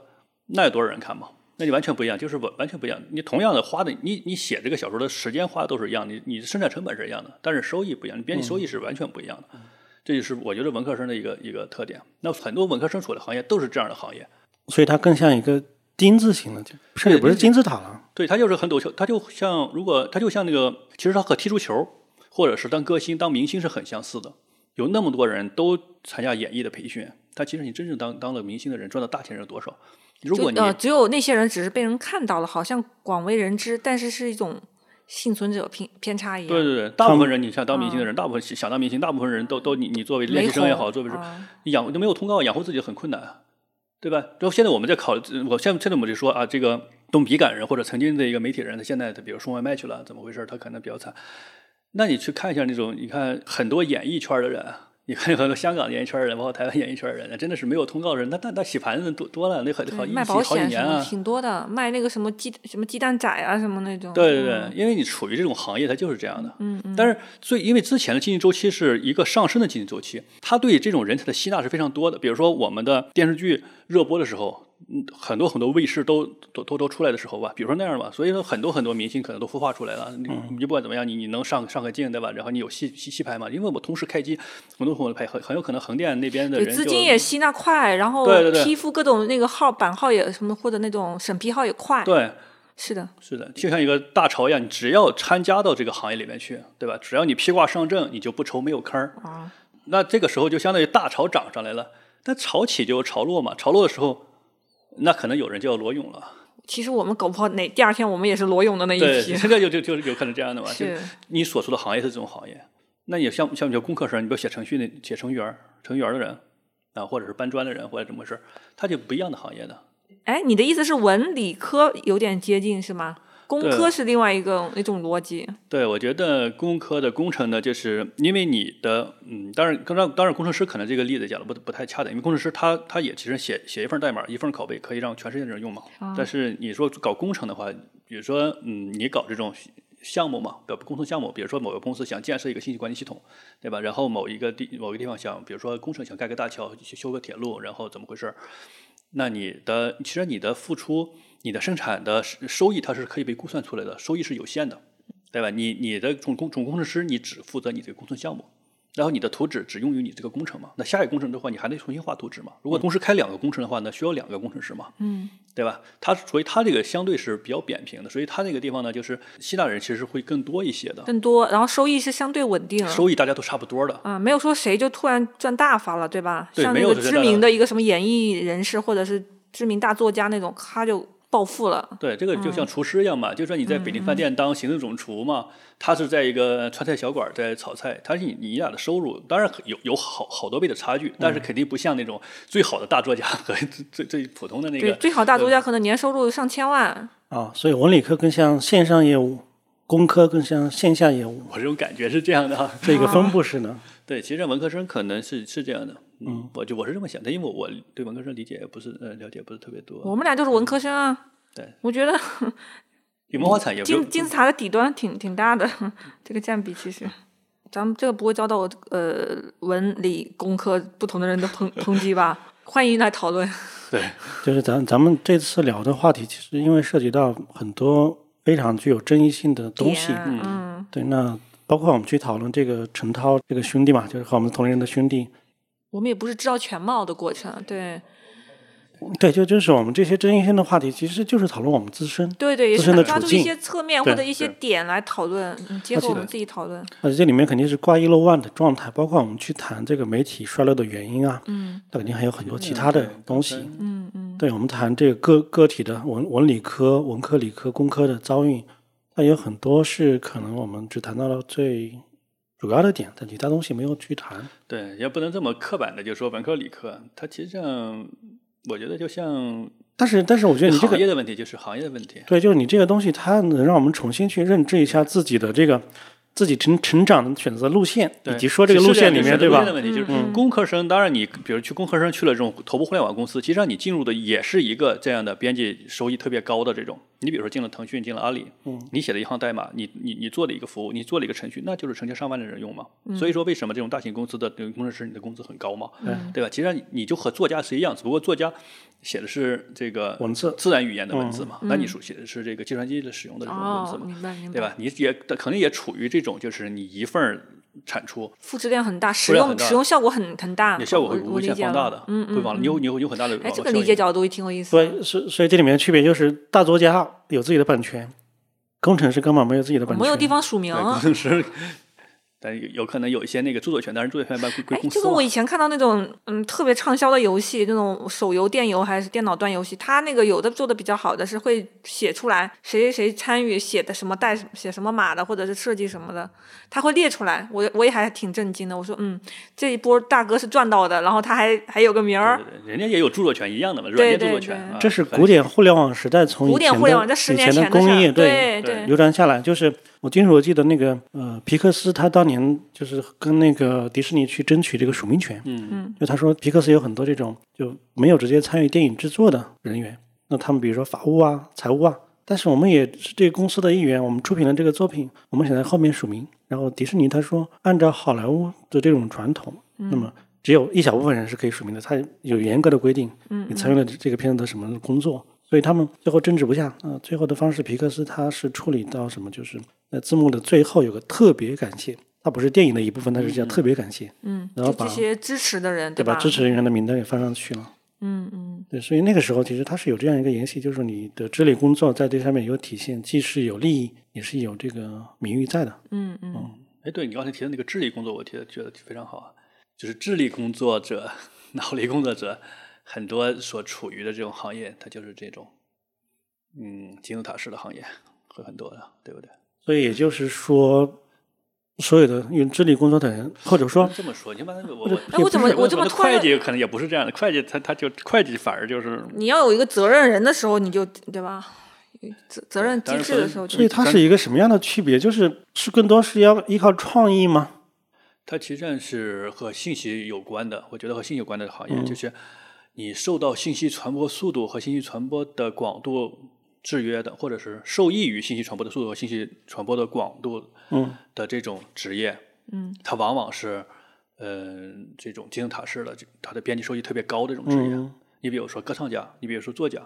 Speaker 2: 那有多少人看嘛？那就完全不一样，就是完完全不一样。你同样的花的，你你写这个小说的时间花的都是一样，你你生产成本是一样的，但是收益不一样，你编辑收益是完全不一样的。这就是我觉得文科生的一个一个特点。那很多文科生处的行业都是这样的行业，
Speaker 3: 所以它更像一个丁字形了，就甚至
Speaker 2: 对
Speaker 3: 不是
Speaker 2: 丁
Speaker 3: 金字塔了。
Speaker 2: 对他就是很陡峭，他就像如果他就像那个，其实他和踢足球或者是当歌星、当明星是很相似的。有那么多人都参加演艺的培训，但其实你真正当当了明星的人，赚的大钱是多少？如
Speaker 1: 就
Speaker 2: 果你
Speaker 1: 呃，只有那些人只是被人看到了，好像广为人知，但是是一种幸存者偏偏差一样。嗯
Speaker 2: 对对对，大部分人你像当明星的人，大部分想当明星，大部分人都都你你作为练习生也好，作为是
Speaker 1: 啊
Speaker 2: 你养就没有通告，养活自己很困难啊，对吧？然后现在我们在考，我现在现在我们就说啊，这个动笔杆人或者曾经的一个媒体人，他现在比如送外卖去了，怎么回事？他可能比较惨。那你去看一下那种，你看很多演艺圈的人，啊你看很多香港演艺圈的人，包括台湾演艺圈的人，那真的是没有通告的人，那那那洗盘子多多了，那很
Speaker 1: 对
Speaker 2: 好一
Speaker 1: 卖
Speaker 2: 洗
Speaker 1: 保
Speaker 2: 好几
Speaker 1: 险
Speaker 2: 年
Speaker 1: 什么
Speaker 2: 啊。
Speaker 1: 挺多的，卖那个什么鸡什么鸡蛋仔啊什么那种。
Speaker 2: 对对对
Speaker 1: 嗯，，
Speaker 2: 因为你处于这种行业，它就是这样的。
Speaker 1: 嗯嗯，
Speaker 2: 但是最因为之前的经济周期是一个上升的经济周期，它对这种人才的吸纳是非常多的。比如说我们的电视剧热播的时候，嗯，很多很多卫视都都都都出来的时候吧，比如说那样吧，所以说很多很多明星可能都孵化出来了。你
Speaker 1: 嗯
Speaker 2: 你不管怎么样，你你能上上个镜对吧？然后你有戏戏戏拍嘛？因为我同时开机，很多朋友拍，很很有可能横店那边的
Speaker 1: 对
Speaker 2: 人
Speaker 1: 资
Speaker 2: 就
Speaker 1: 金也吸纳快，然后
Speaker 2: 对对对
Speaker 1: 批复各种那个号版号也什么或者那种审批号也快。
Speaker 2: 对。
Speaker 1: 是的，
Speaker 2: 是的，就像一个大潮一样，你只要参加到这个行业里面去，对吧？只要你披挂上阵，你就不愁没有坑儿。
Speaker 1: 啊，
Speaker 2: 那这个时候就相当于大潮涨上来了，但潮起就有潮落嘛，潮落的时候，那可能有人就要裸泳了，
Speaker 1: 其实我们搞不好哪第二天我们也是裸泳的那一
Speaker 2: 对，
Speaker 1: (laughs) 批。，
Speaker 2: 现在就就就有可能这样的嘛。就是你所处的行业是这种行业，那你像像你说工科生，你比如写程序的、写程序员、程序员的人啊，或者是搬砖的人或者怎么回事，他就不一样的行业的。
Speaker 1: 哎，你的意思是文理科有点接近是吗？工
Speaker 2: 对
Speaker 1: 科是另外一个一种逻辑。
Speaker 2: 对，我觉得工科的工程呢，就是因为你的，嗯，当然，当然，当然，工程师可能这个例子讲的不不太恰当，因为工程师他他也其实写写一份代码，一份拷贝可以让全世界的人用嘛。但是你说搞工程的话，比如说，嗯，你搞这种项目嘛，搞工程项目，比如说某个公司想建设一个信息管理系统，对吧？然后某一个地某个地方想，比如说工程想盖个大桥，修修个铁路，然后怎么回事儿？那你的其实你的付出、你的生产的收收益，它是可以被估算出来的，收益是有限的。对吧？你你的总工总工程师，你只负责你这个工程项目，然后你的图纸只用于你这个工程嘛。那下一个工程的话，你还得重新画图纸嘛。如果同时开两个工程的话呢，需要两个工程师嘛，
Speaker 1: 嗯，
Speaker 2: 对吧？它所以它这个相对是比较扁平的，所以它那个地方呢，就是希腊人其实会更多一些的，
Speaker 1: 更多，然后收益是相对稳定了。
Speaker 2: 收益大家都差不多的。
Speaker 1: 啊、没有说谁就突然赚大发了，对吧？
Speaker 2: 对
Speaker 1: 像
Speaker 2: 没
Speaker 1: 那
Speaker 2: 有
Speaker 1: 个
Speaker 2: 谁
Speaker 1: 知
Speaker 2: 赚大
Speaker 1: 名
Speaker 2: 发
Speaker 1: 的一个什么演艺人士或者是知名大作家那种，咔就暴富了。
Speaker 2: 对，这个就
Speaker 1: 嗯
Speaker 2: 像厨师一样嘛，就说你在北京饭店当行政总厨嘛，他是在一个川菜小馆儿在炒菜，他是你你俩的收入，当然有有好好多倍的差距，
Speaker 1: 嗯
Speaker 2: 但是肯定不像那种最好的大作家 (laughs) 和最最普通的那
Speaker 1: 对，
Speaker 2: 个
Speaker 1: 最好大作家可能年收入上千万，
Speaker 3: 啊，所以文理科更像线上业务，工科更像线下业务，
Speaker 2: 我这种感觉是这样的啊。 (laughs)
Speaker 3: 这一个分布式的。
Speaker 2: 对，其实文科生可能是是这样的，嗯，我就我是这么想的，因为我对文科生理解也不是呃了解不是特别多。
Speaker 1: 我们俩就是文科生啊。
Speaker 2: 对，
Speaker 1: 我
Speaker 2: (laughs)
Speaker 1: 觉得
Speaker 2: 比文化产业不
Speaker 1: 金金字塔的底端挺挺大的， (laughs) 这个占比其实，咱们这个不会遭到我呃文理工科不同的人的抨抨击吧？ (laughs) 欢迎来讨论。
Speaker 2: 对
Speaker 3: 就是咱咱们这次聊的话题，其实因为涉及到很多非常具有争议性的东西，
Speaker 1: 点嗯，
Speaker 3: 对，那包括我们去讨论这个陈涛这个兄弟嘛，就是和我们同龄人的兄弟，
Speaker 1: 我们也不是知道全貌的过程，对
Speaker 3: 对，就就是我们这些争议性的话题，其实就是讨论我们自身，
Speaker 1: 对对，也
Speaker 3: 自
Speaker 1: 是
Speaker 3: 身的
Speaker 1: 抓
Speaker 3: 处
Speaker 1: 住
Speaker 3: 境
Speaker 1: 一些侧面
Speaker 3: 对
Speaker 1: 或者一些
Speaker 2: 是
Speaker 1: 点来讨论，嗯结
Speaker 3: 而
Speaker 1: 合
Speaker 3: 且
Speaker 1: 我们自己讨论。
Speaker 3: 而且这里面肯定是挂一漏万的状态，包括我们去谈这个媒体衰落的原因啊，
Speaker 1: 嗯
Speaker 3: 那肯定还有很多其他的东西。
Speaker 1: 嗯嗯，
Speaker 3: 对我们谈这个个个体的文文理科、文科、理科、工科的遭遇，那有很多是可能我们只谈到了最主要的点，但其他东西没有去谈。
Speaker 2: 对，也不能这么刻板的就说文科理科，它其实上我觉得就像
Speaker 3: 但是，但是我觉得你这
Speaker 2: 行
Speaker 3: 个
Speaker 2: 业的问题，就是行业的问题。
Speaker 3: 对，就是你这个东西，它能让我们重新去认知一下自己的这个自己成成长的选择路线，以
Speaker 2: 对
Speaker 3: 及说这个路线里
Speaker 2: 其
Speaker 3: 面，
Speaker 2: 实
Speaker 3: 对
Speaker 2: 这个？路线
Speaker 3: 吧
Speaker 2: 的问题就
Speaker 1: 嗯
Speaker 2: 是工科生，当然你比如去工科生去了这种头部互联网公司，其实上你进入的也是一个这样的编辑收益特别高的这种。你比如说进了腾讯，进了阿里，
Speaker 3: 嗯
Speaker 2: 你写的一行代码，你你你做的一个服务，你做了一个程序，那就是成千上万的人用嘛。
Speaker 1: 嗯
Speaker 2: 所以说为什么这种大型公司的这个工程师你的工资很高嘛，
Speaker 1: 嗯
Speaker 2: 对吧？其实上你你就和作家是一样，只不过作家写的是这个
Speaker 3: 文字嗯
Speaker 2: 自然语言的文字嘛，那你属写的是这个计算机的使用的这种文字
Speaker 1: 嗯哦，
Speaker 2: 嘛，
Speaker 1: 明白明白，
Speaker 2: 对吧？？你也肯定也处于这种就是你一份儿产出。
Speaker 1: 复制量很大，使
Speaker 2: 量
Speaker 1: 用
Speaker 2: 很大
Speaker 1: 使用效果很很大，
Speaker 2: 你效果会
Speaker 1: 我我
Speaker 2: 无
Speaker 1: 理
Speaker 2: 限
Speaker 1: 解
Speaker 2: 放大
Speaker 1: 了
Speaker 2: 的，
Speaker 1: 嗯嗯，
Speaker 2: 会往你有你有有很大的
Speaker 1: 哎，
Speaker 2: 网
Speaker 1: 这
Speaker 2: 络
Speaker 1: 个
Speaker 2: 效
Speaker 1: 理解
Speaker 2: 应
Speaker 1: 角度也挺有意思
Speaker 3: 所
Speaker 1: 的。
Speaker 3: 以，所所以这里面的区别就是，大作家有自己的版权，工程师根本没有自己的版权，
Speaker 1: 没有地方署名。
Speaker 2: 对，工程师，但有有可能有一些那个著作权，但是著作权一般归归
Speaker 1: 哎
Speaker 2: 公，司啊
Speaker 1: 这
Speaker 2: 嘛。
Speaker 1: 个我以前看到那种嗯特别畅销的游戏，那种手游、电游还是电脑端游戏，它那个有的做的比较好的是会写出来谁谁谁参与写的什么代写什么码的，或者是设计什么的，它会列出来。我我也还挺震惊的，我说嗯，这一波大哥是赚到的，然后他还还有个名儿
Speaker 2: 对，对对人家也有著作权一样的嘛，软
Speaker 1: 对
Speaker 2: 件著作
Speaker 1: 对
Speaker 2: 权
Speaker 1: 对
Speaker 2: 啊。
Speaker 3: 这是
Speaker 2: 反
Speaker 3: 古典互联网时代从以
Speaker 1: 古
Speaker 3: 前
Speaker 1: 典
Speaker 3: 的
Speaker 1: 互联网这十
Speaker 3: 以
Speaker 1: 年
Speaker 3: 前
Speaker 1: 前的事
Speaker 3: 工
Speaker 1: 儿，
Speaker 3: 业
Speaker 1: 对
Speaker 2: 对
Speaker 3: 流传下来，就是我清楚地记得那个呃皮克斯，他当年就是跟那个迪士尼去争取这个署名权，
Speaker 2: 嗯，
Speaker 3: 就他说皮克斯有很多这种就没有直接参与电影制作的人员，那他们比如说法务啊、财务啊，但是我们也是这个公司的一员，我们出品了这个作品，我们想在后面署名。然后迪士尼他说，按照好莱坞的这种传统，那么只有一小部分人是可以署名的，他有严格的规定，你参与了这个片子的什么工作。所以他们最后争执不下，呃，最后的方式，皮克斯他是处理到什么，就是在字幕的最后有个特别感谢，它不是电影的一部分，它是叫特别感谢，
Speaker 1: 嗯，
Speaker 3: 然后
Speaker 1: 就
Speaker 3: 把
Speaker 1: 这些支持的人，
Speaker 3: 对
Speaker 1: 吧？
Speaker 3: 把支持人员的名单给放上去了。
Speaker 1: 嗯嗯，
Speaker 3: 对，所以那个时候其实它是有这样一个联系，就是你的治理工作在这上面有体现，既是有利益，也是有这个名誉在的。
Speaker 1: 嗯嗯，
Speaker 2: 哎，对你刚才提的那个智力工作，我提的觉得非常好啊，就是智力工作者、 (laughs) 脑力工作者，很多所处于的这种行业，它就是这种，嗯，金字塔式的行业会很多的，对不对？
Speaker 3: 所以也就是说，所有的用治理工作的人，或者说
Speaker 2: 这么说，你把那个我我
Speaker 1: 哎我怎么
Speaker 2: 不是
Speaker 1: 我这么
Speaker 2: 的
Speaker 1: 突然
Speaker 2: 会计可能也不是这样的，会计他他就会计反而就是
Speaker 1: 你要有一个责任人的时候，你就对吧？责责任机
Speaker 2: 当然
Speaker 1: 制
Speaker 2: 不
Speaker 1: 的
Speaker 2: 是
Speaker 1: 时候就，
Speaker 3: 所以它是一个什么样的区别？就是是更多是要依靠创意吗？
Speaker 2: 它其实上是和信息有关的，我觉得和信息有关的行业，就是你受到信息传播速度和信息传播的广度制约的，或者是受益于信息传播的速度和信息传播的广度
Speaker 3: 嗯
Speaker 2: 的这种职业，
Speaker 1: 嗯，
Speaker 2: 它往往是呃这种金字塔式的，这它的编辑收益特别高的这种职业。
Speaker 3: 嗯
Speaker 2: 你比如说歌唱家，你比如说作家，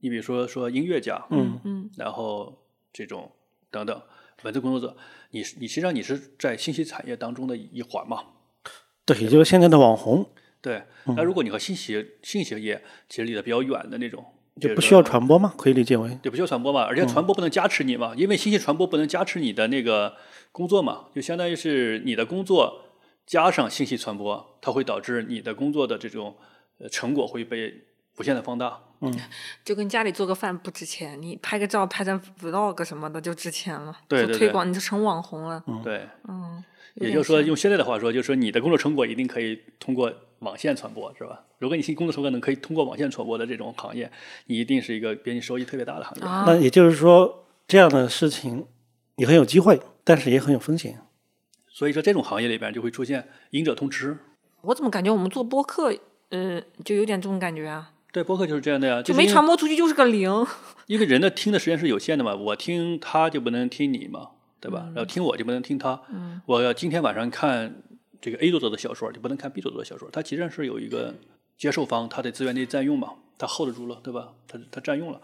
Speaker 2: 你比如说说音乐家，
Speaker 3: 嗯
Speaker 1: 嗯
Speaker 2: 然后这种等等文字工作者，你是你实际上你是在信息产业当中的一环嘛。
Speaker 3: 对，也就是现在的网红
Speaker 2: 对，
Speaker 3: 嗯
Speaker 2: 那如果你和信息信息业其实离得比较远的那种，
Speaker 3: 就不
Speaker 2: 是
Speaker 3: 需要传嗯播吗？可以理解为
Speaker 2: 对，不需要传播嘛，而且传播不能加持你嘛，因为信息传播不能加持你的那个工作嘛，就相当于是你的工作加上信息传播，它会导致你的工作的这种呃成果会被无限的放大。
Speaker 1: 就跟家里做个饭不值钱，你拍个照拍成 vlog 什么的就值钱了，
Speaker 2: 对
Speaker 1: 做
Speaker 2: 对
Speaker 1: 推
Speaker 2: 对
Speaker 1: 广你就成网红了，
Speaker 2: 对，
Speaker 1: 嗯，有
Speaker 2: 也
Speaker 1: 点
Speaker 2: 就是说，
Speaker 1: 像
Speaker 2: 用现在的话说，就是说你的工作成果一定可以通过网线传播，是吧？如果你信工作成果能可以通过网线传播的这种行业，你一定是一个编辑收益特别大的行业。
Speaker 1: 啊，
Speaker 3: 那也就是说这样的事情也很有机会，但是也很有风险。
Speaker 2: 所以说，这种行业里边就会出现赢者通吃。
Speaker 1: 我怎么感觉我们做播客，嗯，就有点这种感觉啊，
Speaker 2: 对，播客就是这样的呀，
Speaker 1: 就是没
Speaker 2: 因为
Speaker 1: 传播出去就是个零。
Speaker 2: 因为人的听的时间是有限的嘛，我听他就不能听你嘛，对
Speaker 1: 嗯
Speaker 2: 吧？然后听我就不能听他。我要今天晚上看这个 A 作者的小说，就不能看 B 作者的小说。他其实是有一个接受方，他的资源的占用嘛，他 hold 住了，对吧？他他占用了，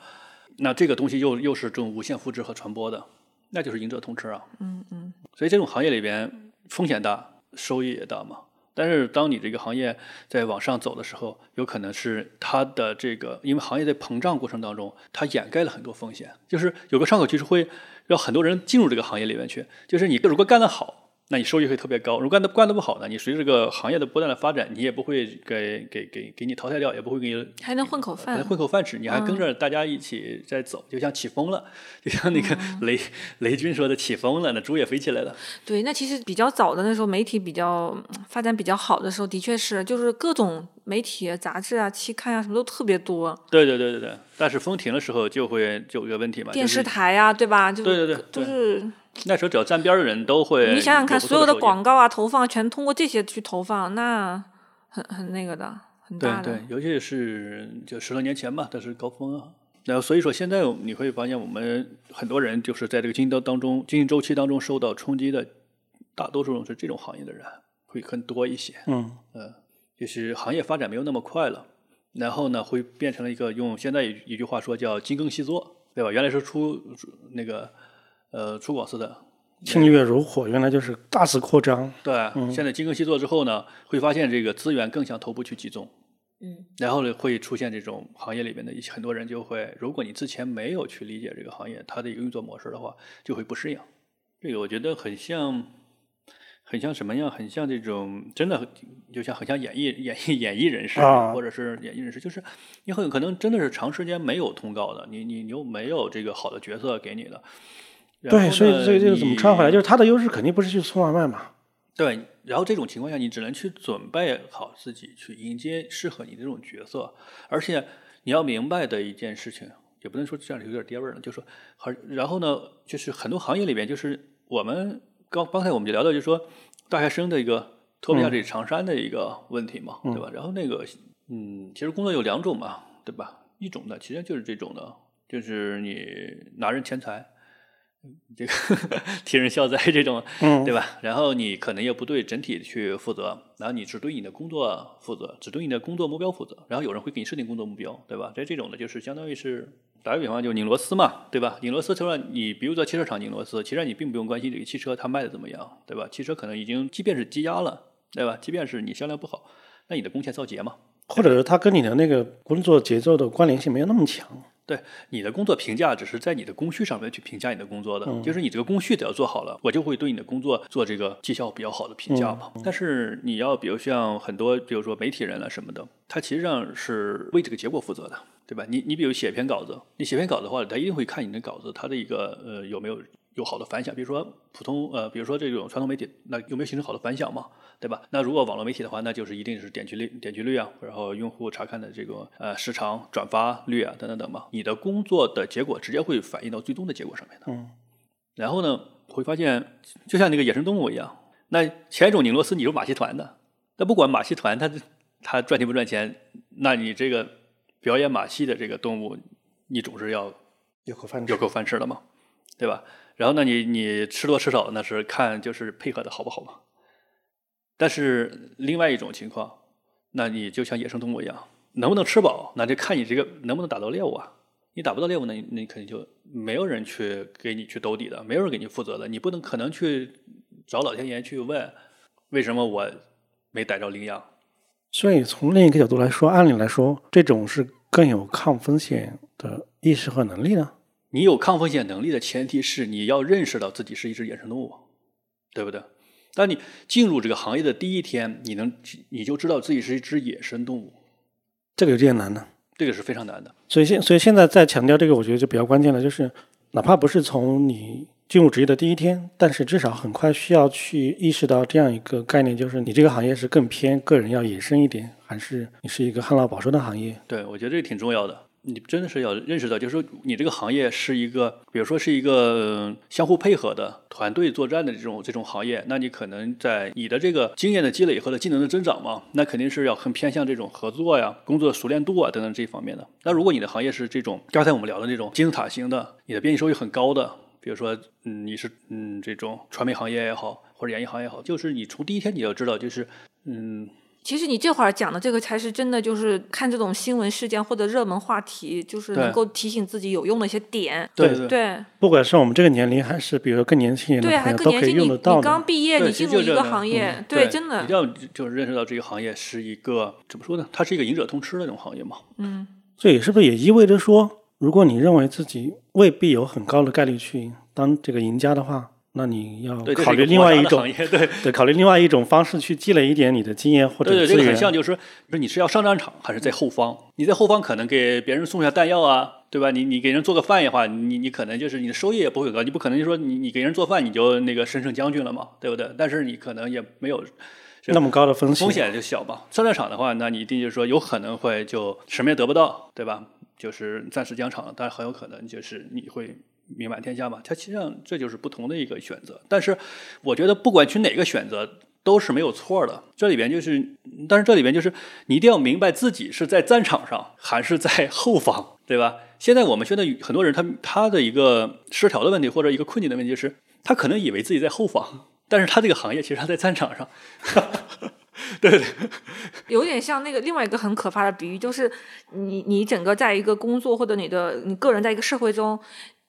Speaker 2: 那这个东西又又是这种无限复制和传播的，那就是赢者通吃啊。
Speaker 1: 嗯嗯，
Speaker 2: 所以这种行业里边风险大，收益也大嘛。但是当你这个行业在往上走的时候，有可能是它的这个，因为行业在膨胀过程当中，它掩盖了很多风险，就是有个窗口期是会让很多人进入这个行业里面去。就是你如果干得好，那你收益会特别高；如果干得干得不好呢，你随着这个行业的不断的发展，你也不会给给给给你淘汰掉，也不会给你
Speaker 1: 还能混口
Speaker 2: 可能
Speaker 1: 饭。
Speaker 2: 混口饭吃，你还跟着大家一起在走，就像起风了，就像那个
Speaker 1: 嗯
Speaker 2: 雷、雷军说的起风了，那猪也飞起来了。
Speaker 1: 对，那其实比较早的那时候，媒体比较嗯发展比较好的时候，的确是就是各种媒体、杂志啊、期刊啊什么都特别多，
Speaker 2: 对对对对对，但是封停的时候就会就有个问题嘛，
Speaker 1: 电视
Speaker 2: 就是、
Speaker 1: 台啊，对吧？就
Speaker 2: 对对对
Speaker 1: 就
Speaker 2: 对
Speaker 1: 是
Speaker 2: 那时候只要沾边儿的人都会，
Speaker 1: 你想想看，所有
Speaker 2: 的
Speaker 1: 的广告啊、投放全通过这些去投放，那很很那个的，很
Speaker 2: 对
Speaker 1: 大的。
Speaker 2: 对，尤其是就十多年前吧，这是高峰啊。然后所以说，现在你会发现，我们很多人就是在这个经济当当中、经济周期当中受到冲击的，大多数是这种行业的人会更多一些。
Speaker 3: 嗯，
Speaker 2: 就是行业发展没有那么快了，然后呢，会变成了一个用现在一一句话说叫“精耕细作”，对吧？原来是出出那个呃粗犷似的，
Speaker 3: 侵略如火，原来就是大肆扩张。
Speaker 2: 对，现在精耕细作之后呢，会发现这个资源更向头部去集中，
Speaker 1: 嗯，
Speaker 2: 然后呢会出现这种行业里面的一些很多人就会，如果你之前没有去理解这个行业它的一个运作模式的话，就会不适应。这个我觉得很像，很像什么样？很像这种真的很就像很像演艺演艺演艺人士，
Speaker 3: 啊
Speaker 2: 或者是演艺人士，就是你很有可能真的是长时间没有通告的，你你你又没有这个好的角色给你的。然后
Speaker 3: 对，所以
Speaker 2: 呢
Speaker 3: 所以这个怎么
Speaker 2: 你
Speaker 3: 穿回来？就是他的优势肯定不是去送外卖嘛。
Speaker 2: 对，然后这种情况下，你只能去准备好自己，去迎接适合你这种角色。而且你要明白的一件事情，也不能说这样有点跌味儿了，就是说，很然后呢，就是很多行业里边，就是我们刚刚才我们就聊到，就是说大学生的一个脱不下这长衫的一个问题嘛，对吧？然后那个，嗯，其实工作有两种嘛，对吧？一种呢，其实就是这种的，就是你拿人钱财，嗯这个 (laughs) 替人消灾这种，
Speaker 3: 嗯
Speaker 2: 对吧？然后你可能也不对整体去负责，然后你只对你的工作负责，只对你的工作目标负责。然后有人会给你设定工作目标，对吧？在这种的，就是相当于是打个比方，就拧螺丝嘛，对吧？拧螺丝，就让你比如在汽车厂拧螺丝，其实你并不用关心这个汽车它卖的怎么样，对吧？汽车可能已经即便是积压了，对吧？即便是你销量不好，那你的工钱造节嘛，
Speaker 3: 或者是他跟你的那个工作节奏的关联性没有那么强，
Speaker 2: 对你的工作评价，只是在你的工序上面去评价你的工作的，就是你这个工序得要做好了，我就会对你的工作做这个绩效比较好的评价嘛。但是你要比如像很多，比如说媒体人了什么的，他其实上是为这个结果负责的，对吧？你你比如写篇稿子，你写篇稿子的话，他一定会看你的稿子它的一个呃有没有有好的反响，比如说普通呃，比如说这种传统媒体，那有没有形成好的反响嘛？对吧？那如果网络媒体的话，那就是一定是点击率、点击率啊，然后用户查看的这个呃时长、转发率啊等等等嘛。你的工作的结果直接会反映到最终的结果上面的。
Speaker 3: 嗯。
Speaker 2: 然后呢，会发现就像那个野生动物一样，那前一种拧螺丝你是马戏团的，那不管马戏团它它赚钱不赚钱，那你这个表演马戏的这个动物，你总是要
Speaker 3: 有口饭吃
Speaker 2: 有。口饭吃了嘛，对吧？然后呢，你你吃多吃少那是看就是配合的好不好嘛。但是另外一种情况，那你就像野生动物一样，能不能吃饱，那就看你这个能不能打到猎物啊。你打不到猎物呢，那你肯定就没有人去给你去兜底的，没有人给你负责的，你不能可能去找老天爷去问为什么我没逮着羚羊。
Speaker 3: 所以从另一个角度来说，按理来说，这种是更有抗风险的意识和能力的。
Speaker 2: 你有抗风险能力的前提是你要认识到自己是一只野生动物，对不对？当你进入这个行业的第一天，你能你就知道自己是一只野生动物，
Speaker 3: 这个有点难呢。
Speaker 2: 这个是非常难的。
Speaker 3: 所以现所以现在在强调这个，我觉得就比较关键了，就是哪怕不是从你进入职业的第一天，但是至少很快需要去意识到这样一个概念，就是你这个行业是更偏个人要野生一点，还是你是一个旱涝保收的行业？
Speaker 2: 对，我觉得这个挺重要的。你真的是要认识到，就是说你这个行业是一个，比如说是一个相互配合的团队作战的这种这种行业，那你可能在你的这个经验的积累和的技能的增长嘛，那肯定是要很偏向这种合作呀、工作熟练度啊等等这一方面的。那如果你的行业是这种刚才我们聊的那种金字塔型的，你的编译收益很高的，比如说嗯你是嗯这种传媒行业也好，或者演艺行业也好，就是你从第一天你要知道，就是嗯
Speaker 1: 其实你这会儿讲的这个才是真的，就是看这种新闻事件或者热门话题，就是
Speaker 2: 对
Speaker 1: 能够提醒自己有用的一些点。
Speaker 2: 对
Speaker 3: 对
Speaker 2: 对
Speaker 1: 对
Speaker 3: 不管是我们这个年龄，还是比如说更年轻一
Speaker 1: 对，啊
Speaker 3: 点的朋
Speaker 1: 还更年
Speaker 3: 友，都可以
Speaker 1: 轻，你
Speaker 3: 用得到
Speaker 1: 你
Speaker 3: 的。
Speaker 1: 刚毕业，
Speaker 2: 对
Speaker 1: 你
Speaker 2: 其
Speaker 1: 进
Speaker 2: 实
Speaker 1: 入
Speaker 2: 就
Speaker 1: 一
Speaker 2: 这
Speaker 1: 个
Speaker 2: 样
Speaker 1: 行业，
Speaker 2: 嗯
Speaker 1: 对，
Speaker 2: 对，
Speaker 1: 真
Speaker 2: 一
Speaker 1: 的
Speaker 2: 定要就是认识到这个行业是一个怎么说呢？它是一个赢者通吃的那种行业嘛。
Speaker 3: 这也是不是也意味着说，如果你认为自己未必有很高的概率去当这个赢家的话，那你要
Speaker 2: 对，这是
Speaker 3: 考
Speaker 2: 个
Speaker 3: 虑另
Speaker 2: 复杂
Speaker 3: 外一
Speaker 2: 的
Speaker 3: 种
Speaker 2: 行业，对。
Speaker 3: 对，考虑另外一种方式去积累一点你的经验或者
Speaker 2: 对对，
Speaker 3: 资
Speaker 2: 这个
Speaker 3: 源。
Speaker 2: 很像，就是说，就是你是要上战场还是在后方？你在后方可能给别人送下弹药啊，对吧？你你给人做个饭的话，你你可能就是你的收益也不会很高，你不可能就说你你给人做饭你就那个神圣将军了嘛，对不对？但是你可能也没有
Speaker 3: 那么高的风险，
Speaker 2: 风险就小嘛。上战场的话，那你一定就是说有可能会就什么也得不到，对吧？就是暂时疆场，但是很有可能就是你会名满天下嘛。它其实上这就是不同的一个选择，但是我觉得不管去哪个选择。都是没有错的，这里边就是，但是这里边就是你一定要明白自己是在战场上还是在后方，对吧？现在我们现在很多人他他的一个失调的问题或者一个困境的问题就是，他可能以为自己在后方，但是他这个行业其实他在战场上，对对
Speaker 1: 有点像那个另外一个很可怕的比喻，就是你你整个在一个工作或者你的你个人在一个社会中，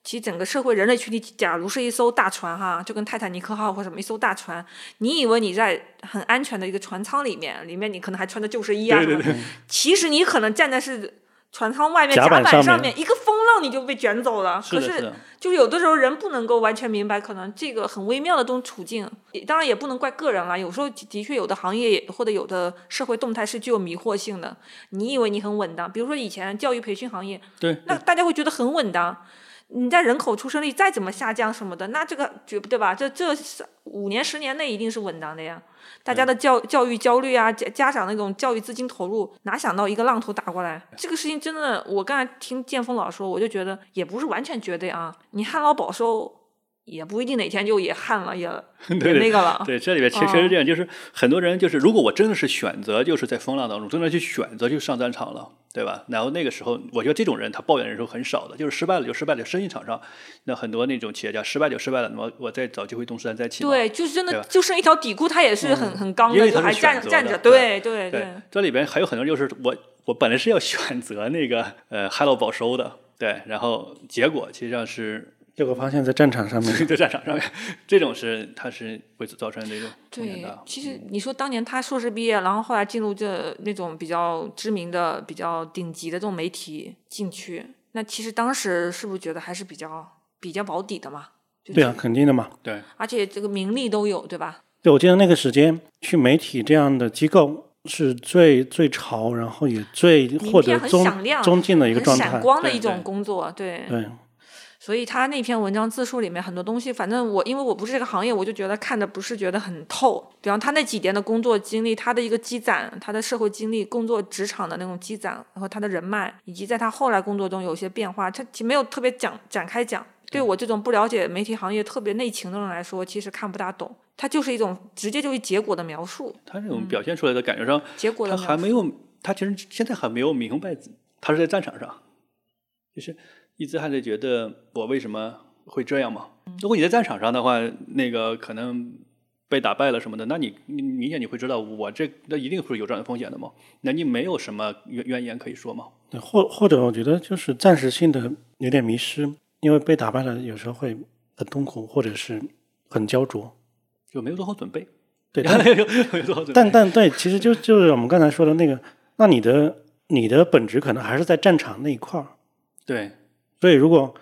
Speaker 1: 其实整个社会人类群体，假如是一艘大船哈，就跟泰坦尼克号或什么一艘大船，你以为你在很安全的一个船舱里面，里面你可能还穿着救生衣啊什么的，其实你可能站在是。船舱外面
Speaker 3: 甲板
Speaker 1: 板
Speaker 3: 上面
Speaker 1: 面，一个风浪你就被卷走了。
Speaker 2: 是的，
Speaker 1: 可
Speaker 2: 是
Speaker 1: 是
Speaker 2: 的，
Speaker 1: 就是有的时候人不能够完全明白，可能这个很微妙的这种处境，也当然也不能怪个人啦。有时候的的确有的行业也或者有的社会动态是具有迷惑性的。你以为你很稳当，比如说以前教育培训行业，
Speaker 2: 对，
Speaker 1: 那大家会觉得很稳当。你在人口出生率再怎么下降什么的，那这个绝对吧？这这是五年十年内一定是稳当的呀。大家的教教育焦虑啊，家家长那种教育资金投入，哪想到一个浪头打过来？这个事情真的，我刚才听建峰老说，我就觉得也不是完全绝对啊。你旱涝保收，也不一定哪天就也旱了，也
Speaker 2: (laughs) 对
Speaker 1: 也
Speaker 2: 对
Speaker 1: 那个了。
Speaker 2: 对，这里边
Speaker 1: 哦
Speaker 2: 确确实这样，就是很多人就是，如果我真的是选择，就是在风浪当中，真的去选择去上战场了，对吧？然后那个时候，我觉得这种人他抱怨的人是很少的，就是失败了就失败了，生意场上，那很多那种企业家失败就失败了，那么我再找机会东山再起嘛。
Speaker 1: 对，就是真的
Speaker 2: 对吧，嗯
Speaker 1: 就剩一条底裤，它也是很、很刚
Speaker 2: 因
Speaker 1: 的，
Speaker 2: 为
Speaker 1: 就
Speaker 2: 它
Speaker 1: 还
Speaker 2: 是
Speaker 1: 站
Speaker 2: 选择
Speaker 1: 站
Speaker 2: 的
Speaker 1: 着。
Speaker 2: 对
Speaker 1: 对
Speaker 2: 对，这里边还有很多就是我我本来是要选择那个呃海洛保收的，对，然后结果其实上是
Speaker 3: 结果发现在战场上面，
Speaker 2: 在战场上面，这种是它是会造成这种风险
Speaker 1: 对
Speaker 2: 的，。
Speaker 1: 其
Speaker 3: 嗯
Speaker 1: 实你说当年他硕士毕业，然后后来进入这那种比较知名的、比较顶级的这种媒体进去，那其实当时是不是觉得还是比较比较保底的嘛？就
Speaker 3: 对啊，肯定的嘛。
Speaker 2: 对，
Speaker 1: 而且这个名利都有，对吧？
Speaker 3: 对，我记得那个时间去媒体这样的机构是最最潮，然后也最
Speaker 1: 片
Speaker 3: 获得
Speaker 1: 很
Speaker 3: 中
Speaker 1: 响亮
Speaker 3: 中进的一个
Speaker 1: 很
Speaker 3: 状态
Speaker 1: 闪。光的
Speaker 2: 对
Speaker 1: 一种
Speaker 2: 对
Speaker 1: 工作，对。
Speaker 3: 对，
Speaker 1: 所以他那篇文章自述里面很多东西，反正我因为我不是这个行业，我就觉得看的不是觉得很透。比方他那几年的工作经历，他的一个积攒，他的社会经历、工作职场的那种积攒，然后他的人脉，以及在他后来工作中有一些变化，他其实没有特别讲展开讲。对我这种不了解媒体行业特别内情的人来说，其实看不大懂。它就是一种直接就是结果的描述，
Speaker 2: 它这种表现出来的感觉上，
Speaker 1: 结果的
Speaker 2: 他
Speaker 1: 描述。
Speaker 2: 还没有，他其实现在还没有明白自，他是在战场上，就是一直还在觉得我为什么会这样嘛。
Speaker 1: 嗯
Speaker 2: 如果你在战场上的话，那个可能被打败了什么的，那你你明显你会知道，我这那一定会有这样的风险的嘛。那你没有什么怨怨言可以说嘛？
Speaker 3: 对或或者我觉得就是暂时性的有点迷失，因为被打败了，有时候会很痛苦，或者是很焦灼。
Speaker 2: 就没有做好准备， (laughs)
Speaker 3: 对，但
Speaker 2: 没有做好准备。
Speaker 3: 但但对，其实就就是我们刚才说的那个，那你的你的本质可能还是在战场那一块儿。
Speaker 2: 对
Speaker 3: 所以如果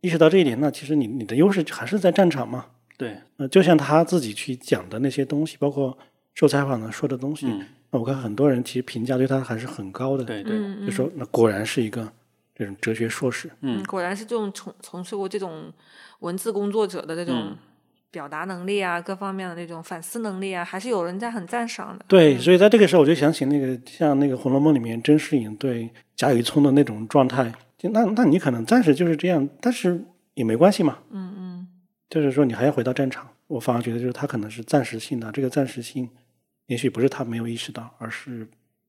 Speaker 3: 意识到这一点，那其实你你的优势还是在战场嘛。
Speaker 2: 对，
Speaker 3: 呃，就像他自己去讲的那些东西，包括受采访的说的东西，
Speaker 2: 嗯，
Speaker 3: 那我看很多人其实评价对他还是很高的，
Speaker 2: 对对，
Speaker 1: 嗯
Speaker 3: 就说那果然是一个这种哲学硕士。
Speaker 1: 嗯，果然是这种从从事过这种文字工作者的这种
Speaker 2: 嗯
Speaker 1: 表达能力啊，各方面的那种反思能力啊，还是有人在很赞赏的。
Speaker 3: 对，所以在这个时候，我就想起那个像那个《红楼梦》里面甄士隐对贾雨村的那种状态，就那那你可能暂时就是这样，但是也没关系嘛。
Speaker 1: 嗯嗯，
Speaker 3: 就是说你还要回到战场，我反而觉得就是他可能是暂时性的，这个暂时性也许不是他没有意识到，而是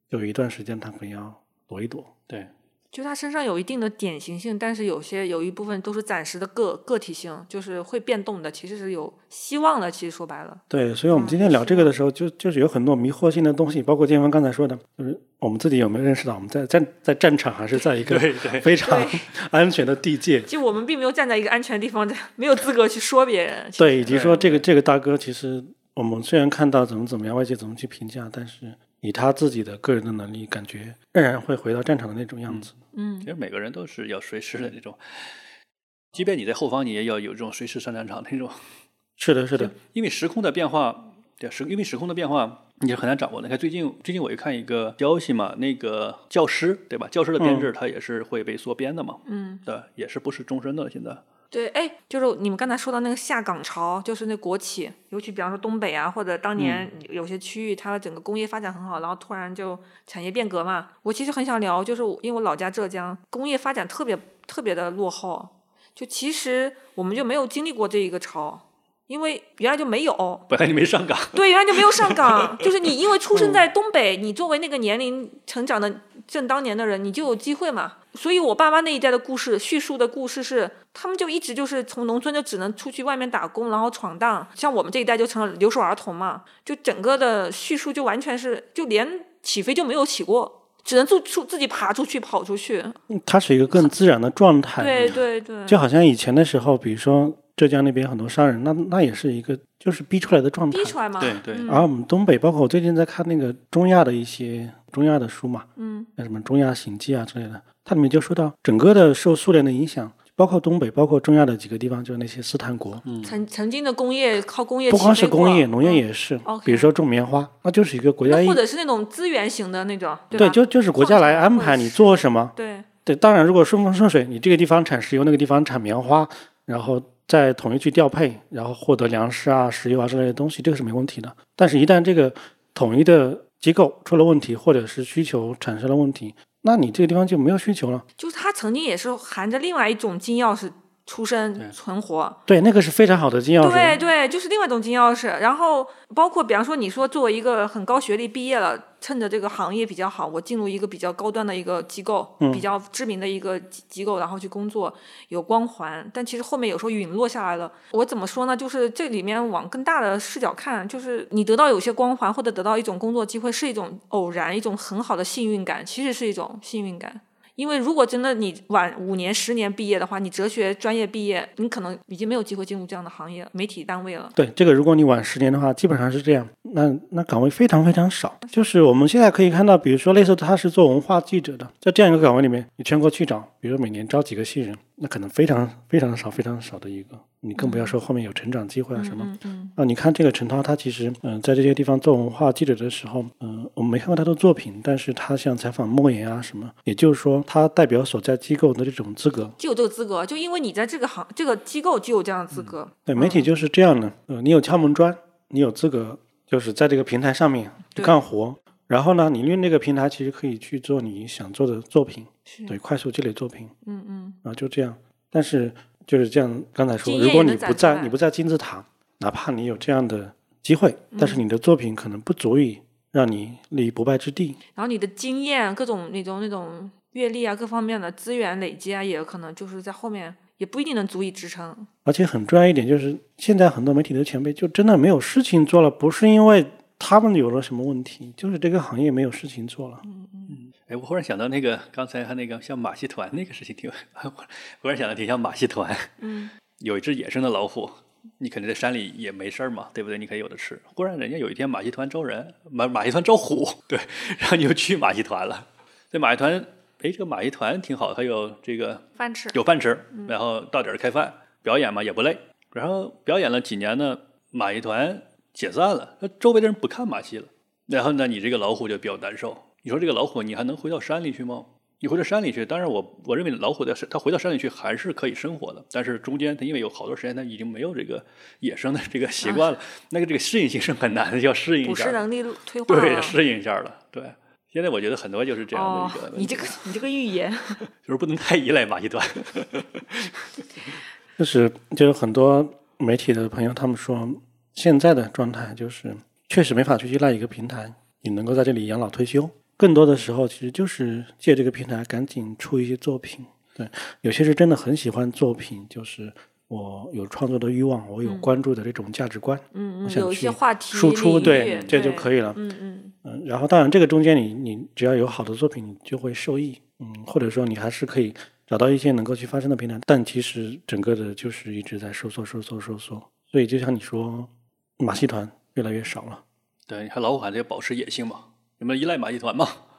Speaker 3: 有一段时间他可能要躲一躲。
Speaker 2: 对，
Speaker 1: 就他身上有一定的典型性，但是有些有一部分都是暂时的个个体性，就是会变动的，其实是有希望的。其实说白了，
Speaker 3: 对，所以我们今天聊这个的时候，就就是有很多迷惑性的东西，包括建文刚才说的，就是我们自己有没有认识到我们在战在战场还是在一个
Speaker 2: 对对
Speaker 3: 非常
Speaker 1: 对
Speaker 3: (laughs) 安全的地界。
Speaker 1: 就我们并没有站在一个安全的地方，没有资格去说别人。其实
Speaker 3: 对，以及说这个这个大哥，其实我们虽然看到怎么怎么样，外界怎么去评价，但是以他自己的个人的能力，感觉仍然会回到战场的那种样子。
Speaker 1: 嗯
Speaker 2: 其，实每个人都是要随时的这种，即便你在后方，你也要有这种随时上战场的那种，
Speaker 3: 是的，是的，
Speaker 2: 因为时空的变化，对时因为时空的变化。你是很难掌握的。你看最近最近我也看一个消息嘛，那个教师对吧？教师的编制它也是会被缩编的嘛，
Speaker 1: 嗯，
Speaker 2: 对，也是不是终身的了。现在
Speaker 1: 对，哎，就是你们刚才说到那个下岗潮，就是那国企，尤其比方说东北啊，或者当年有些区域，它整个工业发展很好，然后突然就产业变革嘛。我其实很想聊，就是我因为我老家浙江，工业发展特别特别的落后，就其实我们就没有经历过这一个潮，因为原来就没有，
Speaker 2: 本来你没上岗，
Speaker 3: (laughs)
Speaker 1: 对，原来就没有上岗，就是你因为出生在
Speaker 3: 嗯
Speaker 1: 东北，你作为那个年龄成长的正当年的人，你就有机会嘛。所以我爸妈那一代的故事叙述的故事是，他们就一直就是从农村就只能出去外面打工，然后闯荡。像我们这一代就成了留守儿童嘛，就整个的叙述就完全是，就连起飞就没有起过，只能自出自己爬出去跑出去。
Speaker 3: 嗯它是一个更自然的状态。
Speaker 1: 对对对，
Speaker 3: 就好像以前的时候，比如说浙江那边很多商人，那那也是一个就是逼出来的状态
Speaker 1: 逼。出来嘛。
Speaker 2: 对对
Speaker 1: 嗯
Speaker 3: 而我们东北，包括我最近在看那个中亚的一些中亚的书嘛，
Speaker 1: 嗯
Speaker 3: 像什么《中亚行记》啊之类的，它里面就说到整个的受苏联的影响，包括东北，包括中亚的几个地方，就是那些斯坦国，
Speaker 1: 曾曾经的工业靠工业
Speaker 3: 不
Speaker 1: 起
Speaker 3: 光
Speaker 1: 飞
Speaker 3: 是工
Speaker 1: 过
Speaker 3: 业，农业
Speaker 1: 嗯
Speaker 3: 也是
Speaker 1: OK，
Speaker 3: 比如说种棉花，那就是一个国家
Speaker 1: 那
Speaker 3: 一
Speaker 1: 或者是那种资源型的那种，对吧？
Speaker 3: 对，就就是国家来安排你做什么。
Speaker 1: 对，
Speaker 3: 对，当然如果顺风顺水，你这个地方产石油，那个地方产棉花，然后再统一去调配，然后获得粮食啊、石油啊之类的东西，这个是没问题的。但是，一旦这个统一的机构出了问题，或者是需求产生了问题，那你这个地方就没有需求了。
Speaker 1: 就是他曾经也是含着另外一种金钥匙出
Speaker 2: 对
Speaker 1: 生存活，
Speaker 3: 对，那个是非常好的金钥匙。
Speaker 1: 对对，就是另外一种金钥匙。然后包括比方说，你说作为一个很高学历毕业了，趁着这个行业比较好，我进入一个比较高端的一个机构，
Speaker 3: 嗯
Speaker 1: 比较知名的一个机机构，然后去工作有光环。但其实后面有时候陨落下来了，我怎么说呢？就是这里面往更大的视角看，就是你得到有些光环或者得到一种工作机会，是一种偶然，一种很好的幸运感，其实是一种幸运感。因为如果真的你晚五年、十年毕业的话，你哲学专业毕业，你可能已经没有机会进入这样的行业、媒体单位了。
Speaker 3: 对这个，如果你晚十年的话，基本上是这样。那那岗位非常非常少，就是我们现在可以看到，比如说类似他是做文化记者的，在这样一个岗位里面，你全国去找，比如说每年招几个新人，那可能非常非常少非常少的一个，你更不要说后面有成长机会啊什么。
Speaker 1: 嗯嗯
Speaker 3: 啊，你看这个陈涛，他其实嗯、呃在这些地方做文化记者的时候，嗯、我们没看过他的作品，但是他像采访莫言啊什么，也就是说，他代表所在机构的这种资格，
Speaker 1: 就有这个资格，就因为你在这个行、这个机构就有这样的资格。
Speaker 3: 嗯对，媒体就是这样的。呃，你有敲门砖，你有资格，就是在这个平台上面去
Speaker 1: 对
Speaker 3: 干活。然后呢，你利用这个平台，其实可以去做你想做的作品，
Speaker 1: 是
Speaker 3: 对，快速积累作品
Speaker 1: 嗯嗯，
Speaker 3: 啊，就这样。但是就是这样，刚才说，
Speaker 1: 经
Speaker 3: 如
Speaker 1: 验
Speaker 3: 果
Speaker 1: 也
Speaker 3: 你
Speaker 1: 能攒
Speaker 3: 不
Speaker 1: 出
Speaker 3: 在，
Speaker 1: 来
Speaker 3: 你不在金字塔，哪怕你有这样的机会，
Speaker 1: 嗯
Speaker 3: 但是你的作品可能不足以让你立于不败之地。
Speaker 1: 然后你的经验、各种那种那种阅历啊、各方面的资源累积啊，也有可能就是在后面也不一定能足以支撑。
Speaker 3: 而且很重要一点就是，现在很多媒体的前辈就真的没有事情做了，不是因为他们有了什么问题，就是这个行业没有事情做了。
Speaker 2: 哎，我忽然想到那个刚才他那个像马戏团那个事情挺， (laughs) 我忽然想到挺像马戏团，
Speaker 1: 嗯，
Speaker 2: (laughs) 有一只野生的老虎，你肯定在山里也没事儿嘛，对不对？你可以有的吃。忽然人家有一天马戏团招人，马马戏团招虎，对， (laughs) 然后你就去马戏团了。这马戏团，哎，这个马戏团挺好，它有这个
Speaker 1: 饭吃。
Speaker 2: 有饭吃，然后到点儿开饭，表演嘛也不累。然后表演了几年呢，马戏团解散了，那周围的人不看马戏了。然后呢，你这个老虎就比较难受。你说这个老虎，你还能回到山里去吗？你回到山里去，当然我我认为老虎在山它回到山里去还是可以生活的，但是中间它因为有好多时间它已经没有这个野生的这个习惯了，
Speaker 1: 啊
Speaker 2: 那个这个适应性是很难的，要适应
Speaker 1: 捕
Speaker 2: 一下
Speaker 1: 食
Speaker 2: 儿，
Speaker 1: 能力退化
Speaker 2: 对，
Speaker 1: 了
Speaker 2: 要。适应一下儿了，对。现在我觉得很多就是这样的
Speaker 1: 哦
Speaker 2: 一个问，题，
Speaker 1: 你这个你这个预言，
Speaker 2: 就是不能太依赖马戏团，
Speaker 3: 就是就有很多媒体的朋友，他们说现在的状态就是确实没法去依赖一个平台，你能够在这里养老退休。更多的时候，其实就是借这个平台赶紧出一些作品。对，有些是真的很喜欢作品，就是我有创作的欲望，我有关注的这种价值观，
Speaker 1: 嗯
Speaker 3: 我
Speaker 1: 嗯，
Speaker 3: 想
Speaker 1: 有一些
Speaker 3: 去
Speaker 1: 话题
Speaker 3: 输出
Speaker 1: 领
Speaker 3: 对
Speaker 1: 域
Speaker 3: 这就可以了。
Speaker 1: 嗯嗯，
Speaker 3: 嗯，然后当然这个中间你你只要有好的作品，你就会受益，嗯，或者说你还是可以找到一些能够去发声的平台，但其实整个的就是一直在收缩、收缩、收缩，所以就像你说，马戏团越来越少了，
Speaker 2: 对，你看老虎还得保持野性嘛，你们依赖马戏团嘛， (laughs)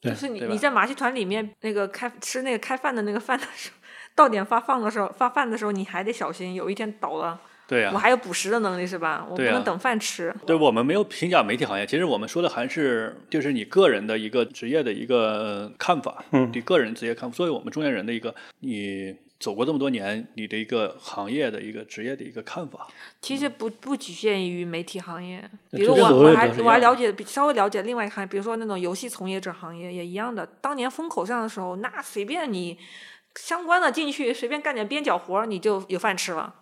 Speaker 3: 对
Speaker 1: 就是你
Speaker 2: 对吧
Speaker 1: 你在马戏团里面那个开吃那个开饭的那个饭的时候，到点发放的时候发饭的时候，你还得小心，有一天倒了，
Speaker 2: 对呀、
Speaker 1: 我还有捕食的能力是吧？我不
Speaker 2: 对啊
Speaker 1: 能等饭吃。
Speaker 2: 对我们没有评价媒体行业，其实我们说的还是就是你个人的一个职业的一个呃看法，
Speaker 3: 嗯
Speaker 2: 你个人职业看法。作为我们中年人的一个，你走过这么多年，你的一个行业的一个职业的一个看法，
Speaker 3: 嗯
Speaker 1: 其实不不局限于媒体行业，
Speaker 3: 那
Speaker 1: 比如
Speaker 3: 这个
Speaker 1: 我
Speaker 3: 所谓
Speaker 1: 我
Speaker 3: 的
Speaker 1: 还
Speaker 2: 是一
Speaker 1: 我还
Speaker 2: 样
Speaker 1: 了解比稍微了解另外一个行业，比如说那种游戏从业者行业也一样的。当年风口上的时候，那随便你相关的进去，随便干点边角活儿，你就有饭吃了。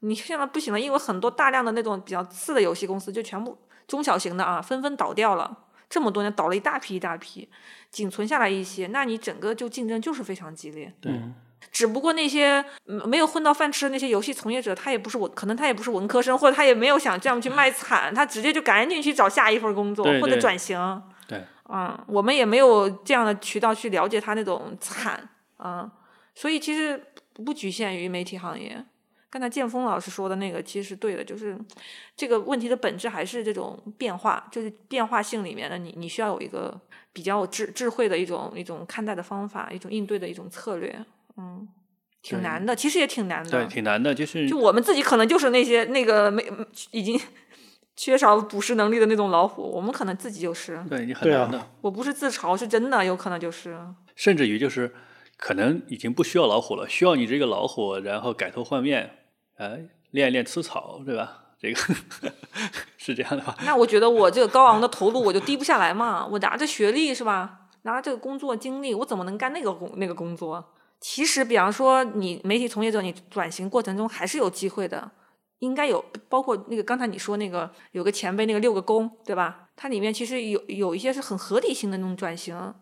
Speaker 1: 你现在不行了，因为很多大量的那种比较次的游戏公司就全部中小型的啊，纷纷倒掉了。这么多年倒了一大批一大批，仅存下来一些，那你整个就竞争就是非常激烈。
Speaker 2: 对
Speaker 3: 嗯
Speaker 1: 只不过那些嗯没有混到饭吃的那些游戏从业者，他也不是文，可能他也不是文科生，或者他也没有想这样去卖惨，他直接就赶紧去找下一份工作
Speaker 2: 对
Speaker 1: 或者
Speaker 2: 对
Speaker 1: 转型。
Speaker 2: 对，
Speaker 1: 啊、我们也没有这样的渠道去了解他那种惨啊、所以其实不局限于媒体行业。刚才建峰老师说的那个其实是对的，就是这个问题的本质还是这种变化，就是变化性里面的你，你需要有一个比较有智智慧的一种一种看待的方法，一种应对的一种策略，嗯，挺
Speaker 2: 对
Speaker 1: 难的，其实也挺难
Speaker 2: 对，
Speaker 1: 的。
Speaker 2: 挺难的，就是
Speaker 1: 就我们自己可能就是那些那个没已经 (laughs) 缺少捕食能力的那种老虎，我们可能自己就是。
Speaker 2: 对你很
Speaker 3: 对啊
Speaker 2: 难的，
Speaker 1: 我不是自嘲，是真的，有可能就是
Speaker 2: 甚至于就是可能已经不需要老虎了，需要你这个老虎，然后改头换面，哎，练一练吃草，对吧？这个 (laughs) 是这样的吧？
Speaker 1: 那我觉得我这个高昂的投入我就低不下来嘛，我拿着学历是吧，拿着这个工作经历，我怎么能干那个工那个工作？其实，比方说你媒体从业者，你转型过程中还是有机会的，应该有，包括那个刚才你说那个有个前辈那个六个工，对吧？它里面其实有有一些是很合理性的那种转型，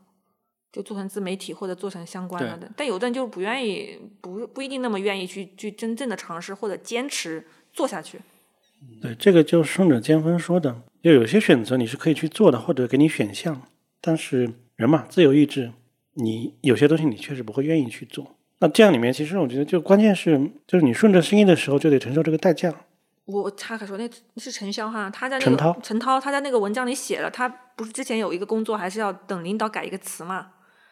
Speaker 1: 就做成自媒体或者做成相关的的，但有的人就是不愿意，不不一定那么愿意去去真正的尝试或者坚持做下去。
Speaker 3: 对，这个就顺着尖峰说的，就有些选择你是可以去做的，或者给你选项，但是人嘛，自由意志，你有些东西你确实不会愿意去做。那这样里面，其实我觉得就关键是，就是你顺着心意的时候，就得承受这个代价。
Speaker 1: 我插开说，那是陈潇哈，他在那个
Speaker 3: 陈涛
Speaker 1: 陈涛他在那个文章里写了，他不是之前有一个工作，还是要等领导改一个词嘛？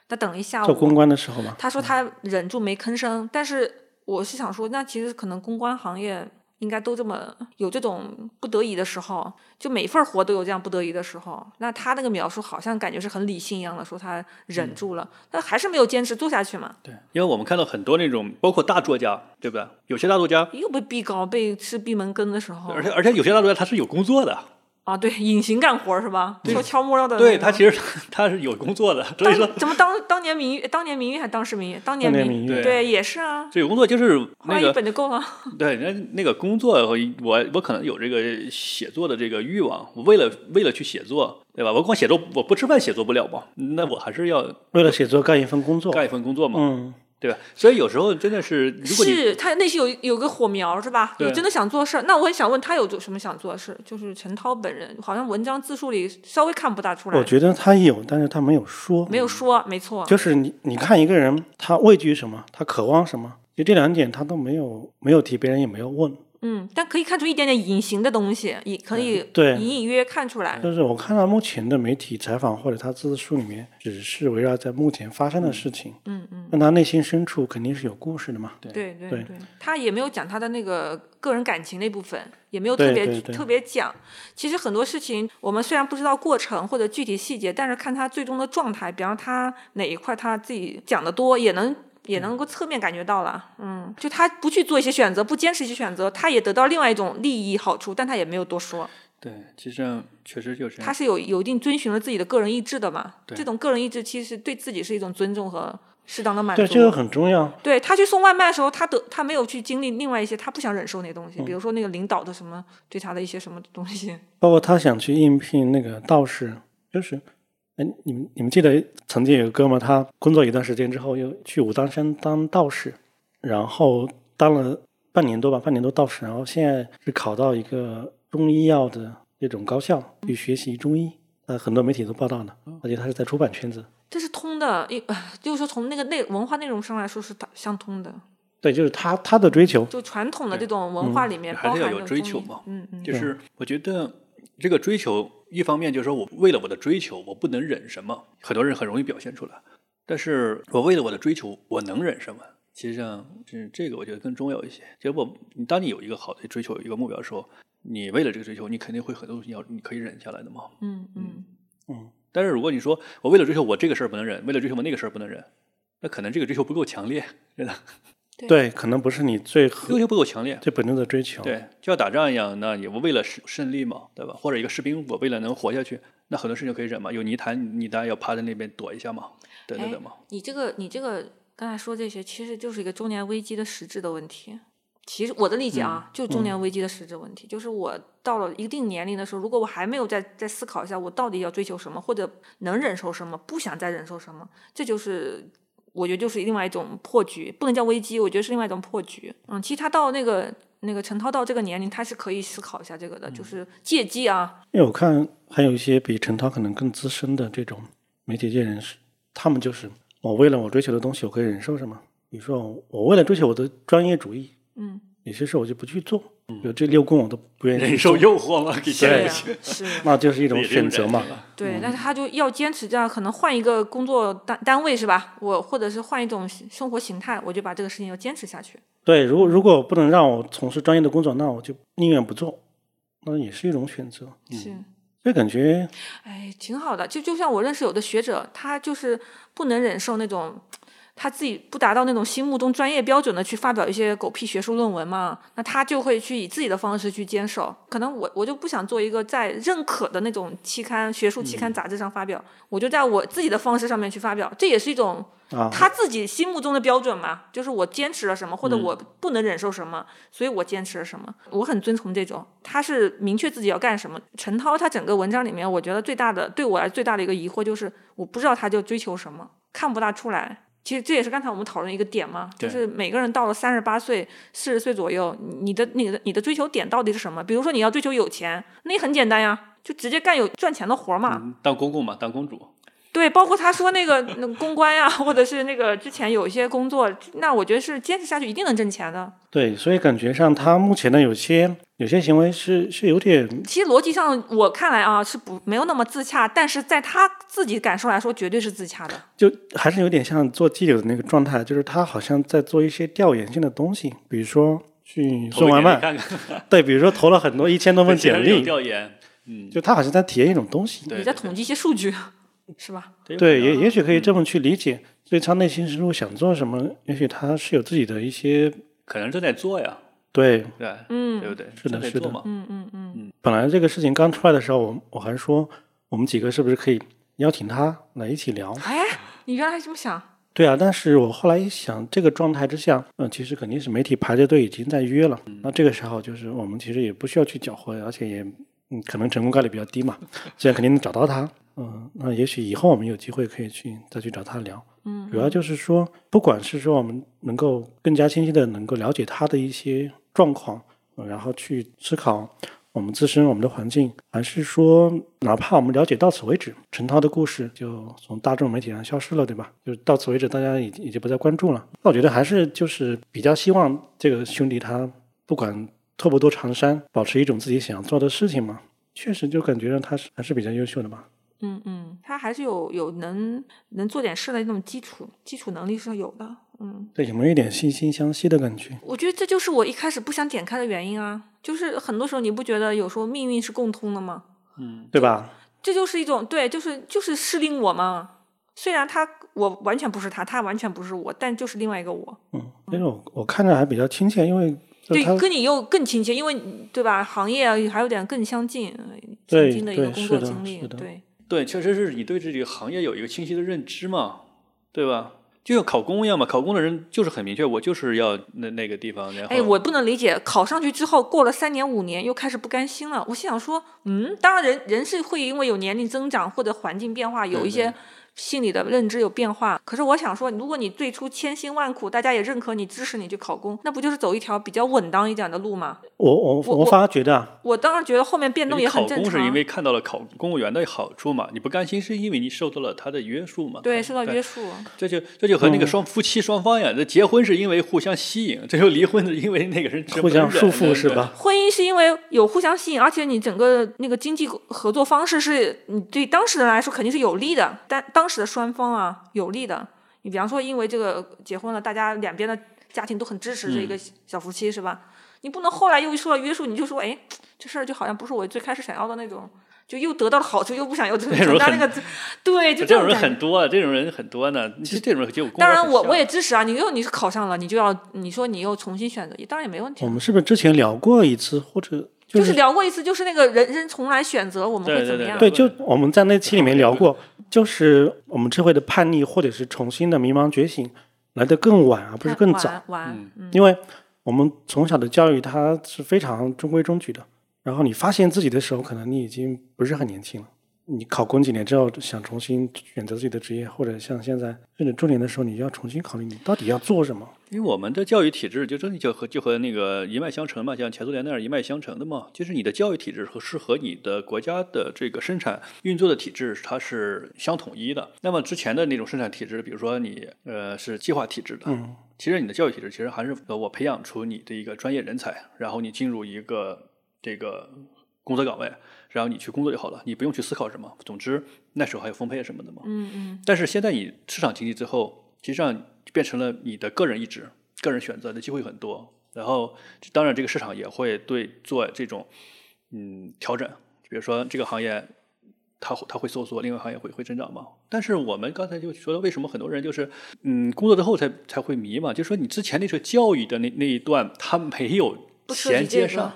Speaker 1: 他等了一下
Speaker 3: 做公
Speaker 1: 午，
Speaker 3: 关的时候嘛，
Speaker 1: 他说他忍住没吭声，但是我是想说，那其实可能公关行业应该都这么有这种不得已的时候，就每份儿活都有这样不得已的时候。那他那个描述好像感觉是很理性一样的，说他
Speaker 2: 嗯
Speaker 1: 忍住了，但还是没有坚持做下去嘛，
Speaker 2: 对，因为我们看到很多那种，包括大作家，对不对？有些大作家，
Speaker 1: 又被逼高，被吃闭门羹的时候，
Speaker 2: 而且而且有些大作家他是有工作的，
Speaker 1: 啊，对， (laughs) 隐形干活儿是吧？悄悄摸摸的那种，
Speaker 2: 对他其实他是有工作的，所以说
Speaker 1: 嗯当怎么当当年明月，当年明月还当时明月，当
Speaker 3: 当
Speaker 1: 年
Speaker 3: 年
Speaker 1: 明
Speaker 3: 明月，
Speaker 1: 对也是啊，
Speaker 2: 这有工作就是
Speaker 1: 画
Speaker 2: 那
Speaker 1: 一
Speaker 2: 个
Speaker 1: 本就够了。
Speaker 2: 对，人家那个工作，我我可能有这个写作的这个欲望，我为了为了去写作，对吧？我光写作我不吃饭写作不了嘛，那我还是要
Speaker 3: 为了写作干一份工作，
Speaker 2: 干一份工作嘛，
Speaker 3: 嗯，
Speaker 2: 对吧？所以有时候真的是，如果你
Speaker 1: 是他内心有有个火苗是吧？有
Speaker 2: 对
Speaker 1: 真的想做事儿。那我也想问他有做什么想做的事？就是陈涛本人，好像文章字数里稍微看不大出来，
Speaker 3: 我觉得他有，但是他没有说，
Speaker 1: 没有说，没错，
Speaker 3: 就是你你看一个人，他畏惧什么，他渴望什么，就这两点他都没有没有提，别人也没有问，
Speaker 1: 嗯，但可以看出一点点隐形的东西，也可以
Speaker 3: 对
Speaker 1: 隐隐约约看出来。
Speaker 3: 但是我看到目前的媒体采访或者他自述里面，只是围绕在目前发生的事情，
Speaker 1: 嗯嗯，
Speaker 3: 但他内心深处肯定是有故事的嘛。
Speaker 1: 对对
Speaker 3: 对
Speaker 1: 对，他也没有讲他的那个个人感情那部分，也没有特
Speaker 3: 对
Speaker 1: 别
Speaker 3: 对对
Speaker 1: 特别讲。其实很多事情，我们虽然不知道过程或者具体细节，但是看他最终的状态，比方他哪一块他自己讲的多，也能。也能够侧面感觉到了，嗯，就他不去做一些选择，不坚持一些选择，他也得到另外一种利益好处，但他也没有多说，
Speaker 2: 对，其实上确实就是这
Speaker 1: 他
Speaker 2: 样。
Speaker 1: 是有有一定遵循了自己的个人意志的嘛。
Speaker 2: 对
Speaker 1: 这种个人意志其实对自己是一种尊重和适当的满足。
Speaker 3: 对，这个很重要。
Speaker 1: 对他去送外卖的时候，他得他没有去经历另外一些他不想忍受那东
Speaker 2: 嗯
Speaker 1: 西，比如说那个领导的什么对他的一些什么东西。
Speaker 3: 包括他想去应聘那个道士，就是，哎，你们你们记得曾经有个哥们儿，他工作一段时间之后又去武当山当道士，然后当了半年多吧，半年多道士，然后现在是考到一个中医药的这种高校去学习中医，呃，很多媒体都报道呢，而且他是在出版圈子，
Speaker 1: 这是通的，一 (laughs) 就是说从那个内文化内容上来说是打相通的，
Speaker 3: 对，就是他他的追求，
Speaker 1: 就传统的这种文化里面
Speaker 2: 嗯还
Speaker 1: 包
Speaker 2: 是要
Speaker 1: 含
Speaker 2: 有
Speaker 1: 的
Speaker 2: 追
Speaker 1: 中
Speaker 2: 求
Speaker 1: 医
Speaker 2: 嘛
Speaker 1: 嗯嗯，
Speaker 2: 就是我觉得这个追求，一方面就是说我为了我的追求，我不能忍什么，很多人很容易表现出来。但是我为了我的追求，我能忍什么？其实上，这这个我觉得更重要一些。结果，你当你有一个好的追求，有一个目标的时候，你为了这个追求，你肯定会很多东西要你可以忍下来的嘛。
Speaker 1: 嗯嗯，
Speaker 2: 但是如果你说我为了追求我这个事儿不能忍，为了追求我那个事儿不能忍，那可能这个追求不够强烈，真的，
Speaker 3: 对，可能不是你最合
Speaker 2: 追求不够强烈。
Speaker 3: 最本真的追求，
Speaker 2: 对，就像打仗一样，那也为了胜胜利嘛，对吧？或者一个士兵，我为了能活下去，那很多事情可以忍嘛。有泥潭，你当然要趴在那边躲一下嘛，等
Speaker 1: 哎
Speaker 2: 等等嘛。
Speaker 1: 你这个你这个刚才说这些，其实就是一个中年危机的实质的问题。其实我的理解啊，就是中年危机的实质问题，就是我到了一定年龄的时候，如果我还没有再再思考一下我到底要追求什么，或者能忍受什么，不想再忍受什么，这就是我觉得就是另外一种破局，不能叫危机，我觉得是另外一种破局。嗯，其实他到那个那个陈涛到这个年龄，他是可以思考一下这个的，就是借机啊，
Speaker 3: 因为我看还有一些比陈涛可能更资深的这种媒体界人士，他们就是我为了我追求的东西，我可以忍受什么？比如说我为了追求我的专业主义，
Speaker 1: 嗯，
Speaker 3: 有些事我就不去做，有这六棍我都不愿意
Speaker 2: 嗯忍
Speaker 3: 去
Speaker 2: 受
Speaker 3: 做，
Speaker 2: 诱惑嘛，给陷
Speaker 1: 对
Speaker 2: 入
Speaker 1: 呀、
Speaker 2: 去，
Speaker 1: 是呀。
Speaker 3: 那就是一种
Speaker 2: 也是
Speaker 3: 选择嘛
Speaker 2: 忍。了
Speaker 1: 对，但是他就要坚持这样，可能换一个工作单单位是吧？我或者是换一种生活形态，我就把这个事情要坚持下去。
Speaker 3: 对，如果如果不能让我从事专业的工作，那我就宁愿不做，那也是一种选择。
Speaker 1: 是，
Speaker 3: 所以感觉
Speaker 1: 哎，挺好的。就就像我认识有的学者，他就是不能忍受那种他自己不达到那种心目中专业标准的去发表一些狗屁学术论文嘛，那他就会去以自己的方式去坚守。可能我我就不想做一个在认可的那种期刊、学术期刊、杂志上发表，我就在我自己的方式上面去发表，这也是一种
Speaker 3: 啊，
Speaker 1: 他自己心目中的标准嘛，就是我坚持了什么，或者我不能忍受什么，所以我坚持了什么。我很遵从这种，他是明确自己要干什么。陈涛他整个文章里面，我觉得最大的对我来最大的一个疑惑就是，我不知道他就追求什么，看不大出来。其实这也是刚才我们讨论一个点嘛，就
Speaker 2: 对
Speaker 1: 是每个人到了三十八岁、四十岁左右，你的、你的、你的追求点到底是什么？比如说你要追求有钱，那也很简单呀，就直接干有赚钱的活儿嘛。
Speaker 2: 嗯当公公嘛，当公主，
Speaker 1: 对，包括他说那个那个公关呀、或者是那个之前有一些工作，那我觉得是坚持下去一定能挣钱的。
Speaker 3: 对，所以感觉上他目前的有些有些行为是是有点
Speaker 1: 其实逻辑上我看来啊是不没有那么自洽，但是在他自己感受来说，绝对是自洽的。
Speaker 3: 就还是有点像做记者的那个状态，就是他好像在做一些调研性的东西，比如说去送外
Speaker 2: 我给你
Speaker 3: 卖，
Speaker 2: 看看，
Speaker 3: 对，比如说投了很多一千多份
Speaker 2: 其实
Speaker 3: 简
Speaker 2: 有 (laughs)
Speaker 3: 历，
Speaker 2: 调研，嗯，
Speaker 3: 就他好像在体验一种东西，
Speaker 1: 你
Speaker 2: 对
Speaker 1: 在统计一些数据，是吧？
Speaker 2: 对
Speaker 3: 对，也
Speaker 2: 也
Speaker 3: 也许可以这么去理解，所以他内心深处想做什么，也许他是有自己的一些
Speaker 2: 可能正在做呀，
Speaker 3: 对。
Speaker 2: 对，
Speaker 1: 嗯
Speaker 2: 对不对？
Speaker 3: 是的
Speaker 2: 正在
Speaker 3: 是的
Speaker 2: 做嘛，
Speaker 1: 嗯嗯嗯，
Speaker 3: 本来这个事情刚出来的时候，我我还说我们几个是不是可以邀请他来一起聊？
Speaker 1: 哎，你原来这么想？
Speaker 3: 对啊，但是我后来一想，这个状态之下，嗯、其实肯定是媒体排着队已经在约了。那这个时候，就是我们其实也不需要去搅和，而且也嗯，可能成功概率比较低嘛，这样肯定能找到他。嗯，那也许以后我们有机会可以去再去找他聊。
Speaker 1: 嗯，
Speaker 3: 主要就是说，不管是说我们能够更加清晰的能够了解他的一些状况，呃然后去思考我们自身、我们的环境，还是说，哪怕我们了解到此为止，陈涛的故事就从大众媒体上消失了，对吧？就是到此为止，大家已已经不再关注了。那我觉得还是就是比较希望这个兄弟他不管拓跋多长衫，保持一种自己想做的事情嘛。确实就感觉让他是还是比较优秀的吧。
Speaker 1: 嗯嗯，他还是有有能能做点事的那种基础基础能力是有的。嗯，
Speaker 3: 对，有没有一点惺惺相惜的感觉？
Speaker 1: 我觉得这就是我一开始不想点开的原因啊，就是很多时候你不觉得有时候命运是共通的吗？
Speaker 2: 嗯，
Speaker 3: 对吧？
Speaker 1: 这就是一种对，就是就是适应我嘛。虽然他我完全不是他，他完全不是我，但就是另外一个我，
Speaker 3: 嗯，但是我我看着还比较亲切，因为就
Speaker 1: 对
Speaker 3: 他，
Speaker 1: 跟你又更亲切，因为你对吧，行业啊还有点更相近，呃
Speaker 3: 对
Speaker 1: 曾经的一个
Speaker 3: 对
Speaker 1: 工
Speaker 3: 是
Speaker 1: 作
Speaker 3: 的
Speaker 1: 经历，
Speaker 3: 是的
Speaker 1: 对，
Speaker 2: 对，确实是你对这个行业有一个清晰的认知嘛，对吧？就像考公一样嘛，考公的人就是很明确，我就是要那那个地方，然后
Speaker 1: 哎，我不能理解，考上去之后过了三年五年又开始不甘心了。我心想说，嗯，当然人人是会因为有年龄增长或者环境变化有
Speaker 2: 对
Speaker 1: 一些心理的认知有变化。可是我想说，如果你最初千辛万苦，大家也认可你、支持你去考公，那不就是走一条比较稳当一点的路吗？
Speaker 3: 我我
Speaker 1: 我
Speaker 3: 我发觉的啊，
Speaker 1: 我当然觉得后面变动
Speaker 2: 你
Speaker 1: 也
Speaker 2: 考
Speaker 1: 很正
Speaker 2: 公
Speaker 1: 常。
Speaker 2: 是因为看到了考公务员的好处嘛，你不甘心是因为你受到了他的约束嘛？
Speaker 1: 对受到约束，
Speaker 2: 这就这就和
Speaker 3: 嗯
Speaker 2: 那个双夫妻双方呀，这结婚是因为互相吸引，这就离婚是因为那个人
Speaker 3: 互相束缚是
Speaker 2: 是？
Speaker 3: 吧？
Speaker 1: 婚姻是因为有互相吸引，而且你整个那个经济合作方式是你对当事人来说肯定是有利的，但当时的双方啊有利的。你比方说，因为这个结婚了，大家两边的家庭都很支持这
Speaker 2: 嗯
Speaker 1: 个小夫妻，是吧？你不能后来又受到约束，你就说，哎，这事儿就好像不是我最开始想要的那种，就又得到了好处，又不想要承
Speaker 2: 那种
Speaker 1: 承担那
Speaker 2: 很
Speaker 1: 个，对，就
Speaker 2: 这种
Speaker 1: 种
Speaker 2: 人
Speaker 1: 感觉。
Speaker 2: 很多，啊，这种人很多呢。其实这种人结果
Speaker 1: 当然我，我也支持啊！你又你是考上了，你就要你说你又重新选择，当然也没问题啊。
Speaker 3: 我们是不是之前聊过一次，或者
Speaker 1: 就
Speaker 3: 嗯就是
Speaker 1: 聊过一次，就是那个人生重来选择我们会
Speaker 2: 对
Speaker 1: 怎么
Speaker 2: 对
Speaker 1: 样？
Speaker 3: 对，就我们在那期里面聊过，就是我们智慧的叛逆或者是重新的迷茫觉醒来得更晚啊而不是更早，
Speaker 1: 玩玩，嗯，
Speaker 3: 因为我们从小的教育它是非常中规中矩的。然后你发现自己的时候，可能你已经不是很年轻了。你考公几年之后，想重新选择自己的职业，或者像现在甚至中年的时候，你就要重新考虑你到底要做什么。
Speaker 2: 因为我们的教育体制就真的就和就和那个一脉相承嘛，像前苏联那样一脉相承的嘛，就是你的教育体制和是和你的国家的这个生产运作的体制它是相统一的。那么之前的那种生产体制，比如说你呃是计划体制的，
Speaker 3: 嗯，
Speaker 2: 其实你的教育体制其实还是呃我培养出你的一个专业人才，然后你进入一个这个工作岗位，然后你去工作就好了，你不用去思考什么。总之那时候还有分配什么的嘛。
Speaker 1: 嗯嗯，
Speaker 2: 但是现在你市场经济之后，其实上就变成了你的个人意志、个人选择的机会很多。然后，当然这个市场也会对做这种嗯调整，比如说这个行业它会它会收缩，另外行业会会增长嘛。但是我们刚才就说到，为什么很多人就是嗯工作之后才才会迷嘛？就说你之前那个教育的那那一段，它没有
Speaker 1: 不涉及
Speaker 2: 衔接
Speaker 1: 这个
Speaker 2: 上，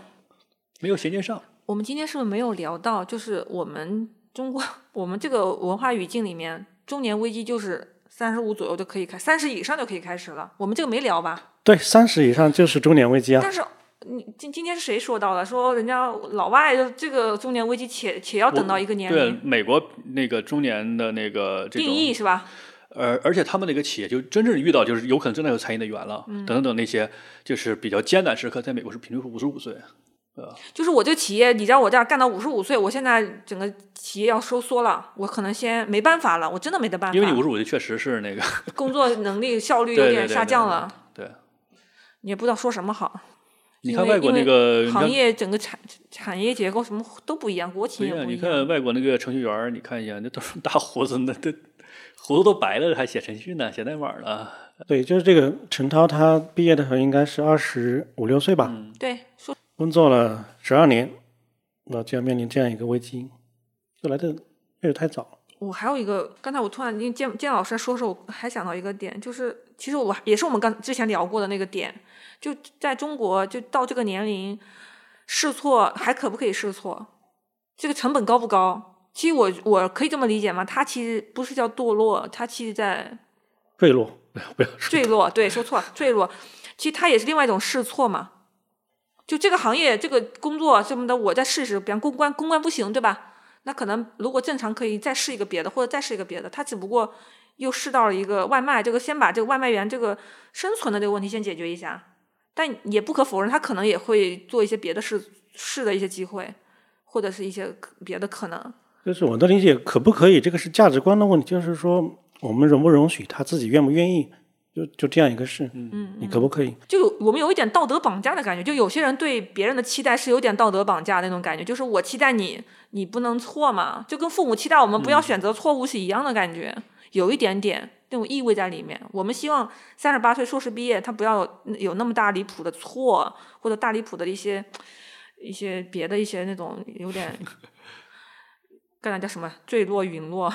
Speaker 2: 没有衔接上。
Speaker 1: 我们今天是不是没有聊到，就是我们中国我们这个文化语境里面，中年危机就是三十五左右就可以开，三十以上就可以开始了。我们这个没聊吧？
Speaker 3: 对，三十以上就是中年危机啊。
Speaker 1: 但是你今今天是谁说到的？说人家老外就这个中年危机且且要等到一个年
Speaker 2: 对
Speaker 1: 龄
Speaker 2: 美国那个中年的那个这
Speaker 1: 定
Speaker 2: 种
Speaker 1: 义是吧？
Speaker 2: 而而且他们那个企业就真正遇到就是有可能真的有餐饮的员了，
Speaker 1: 嗯
Speaker 2: 等等等那些就是比较艰难时刻，在美国是平均是五十五岁，
Speaker 1: 就是我这个企业，你让我这样干到五十五岁，我现在整个企业要收缩了，我可能先没办法了，我真的没得办法，
Speaker 2: 因为你五十五岁确实是那个
Speaker 1: 工作能力效率有
Speaker 2: 对对
Speaker 1: 点
Speaker 2: 对
Speaker 1: 下
Speaker 2: 对
Speaker 1: 降
Speaker 2: 对
Speaker 1: 了，
Speaker 2: 对。
Speaker 1: 你也不知道说什么好。
Speaker 2: 你
Speaker 1: 因
Speaker 2: 看
Speaker 1: 为
Speaker 2: 外国
Speaker 1: 因
Speaker 2: 那
Speaker 1: 为
Speaker 2: 个你
Speaker 1: 行
Speaker 2: 看
Speaker 1: 业整个产产业结构什么都不一样，国
Speaker 2: 不
Speaker 1: 情
Speaker 2: 一
Speaker 1: 也
Speaker 2: 样，
Speaker 1: 不
Speaker 2: 你
Speaker 1: 一样。
Speaker 2: 看外国那个程序员儿，你看一下，那都是大胡子，那都胡子都白了，还写程序呢，写代码呢。
Speaker 3: 对，就是这个陈涛，他毕业的时候应该是二十五六岁吧，
Speaker 1: 对，说
Speaker 3: 工作了十二年，那就要面临这样一个危机，就来的确实太早了。
Speaker 1: 我还有一个，刚才我突然因为见见老师说的时候，我还想到一个点，就是其实我也是我们刚之前聊过的那个点，就在中国，就到这个年龄，试错还可不可以试错？这个成本高不高？其实我我可以这么理解吗？它其实不是叫堕落，它其实在
Speaker 3: 坠落，
Speaker 1: 坠落，对，说错了，坠落。其实它也是另外一种试错嘛。就这个行业、这个工作什么的，我再试试，比方公关，公关不行，对吧？那可能如果正常，可以再试一个别的，或者再试一个别的。他只不过又试到了一个外卖，这个先把这个外卖员这个生存的这个问题先解决一下。但也不可否认，他可能也会做一些别的试试的一些机会，或者是一些可别的可能。
Speaker 3: 就是我的理解，可不可以？这个是价值观的问题，就是说我们容不容许他自己愿不愿意就就这样一个事，
Speaker 1: 嗯，
Speaker 3: 你可不可以？
Speaker 1: 就有我们有一点道德绑架的感觉，就有些人对别人的期待是有点道德绑架那种感觉，就是我期待你，你不能错嘛，就跟父母期待我们不要选择错误是一样的感觉，有一点点那种意味在里面。我们希望三十八岁硕士毕业，他不要有有那么大离谱的错，或者大离谱的一些一些别的一些那种有点，刚才叫什么坠落陨落，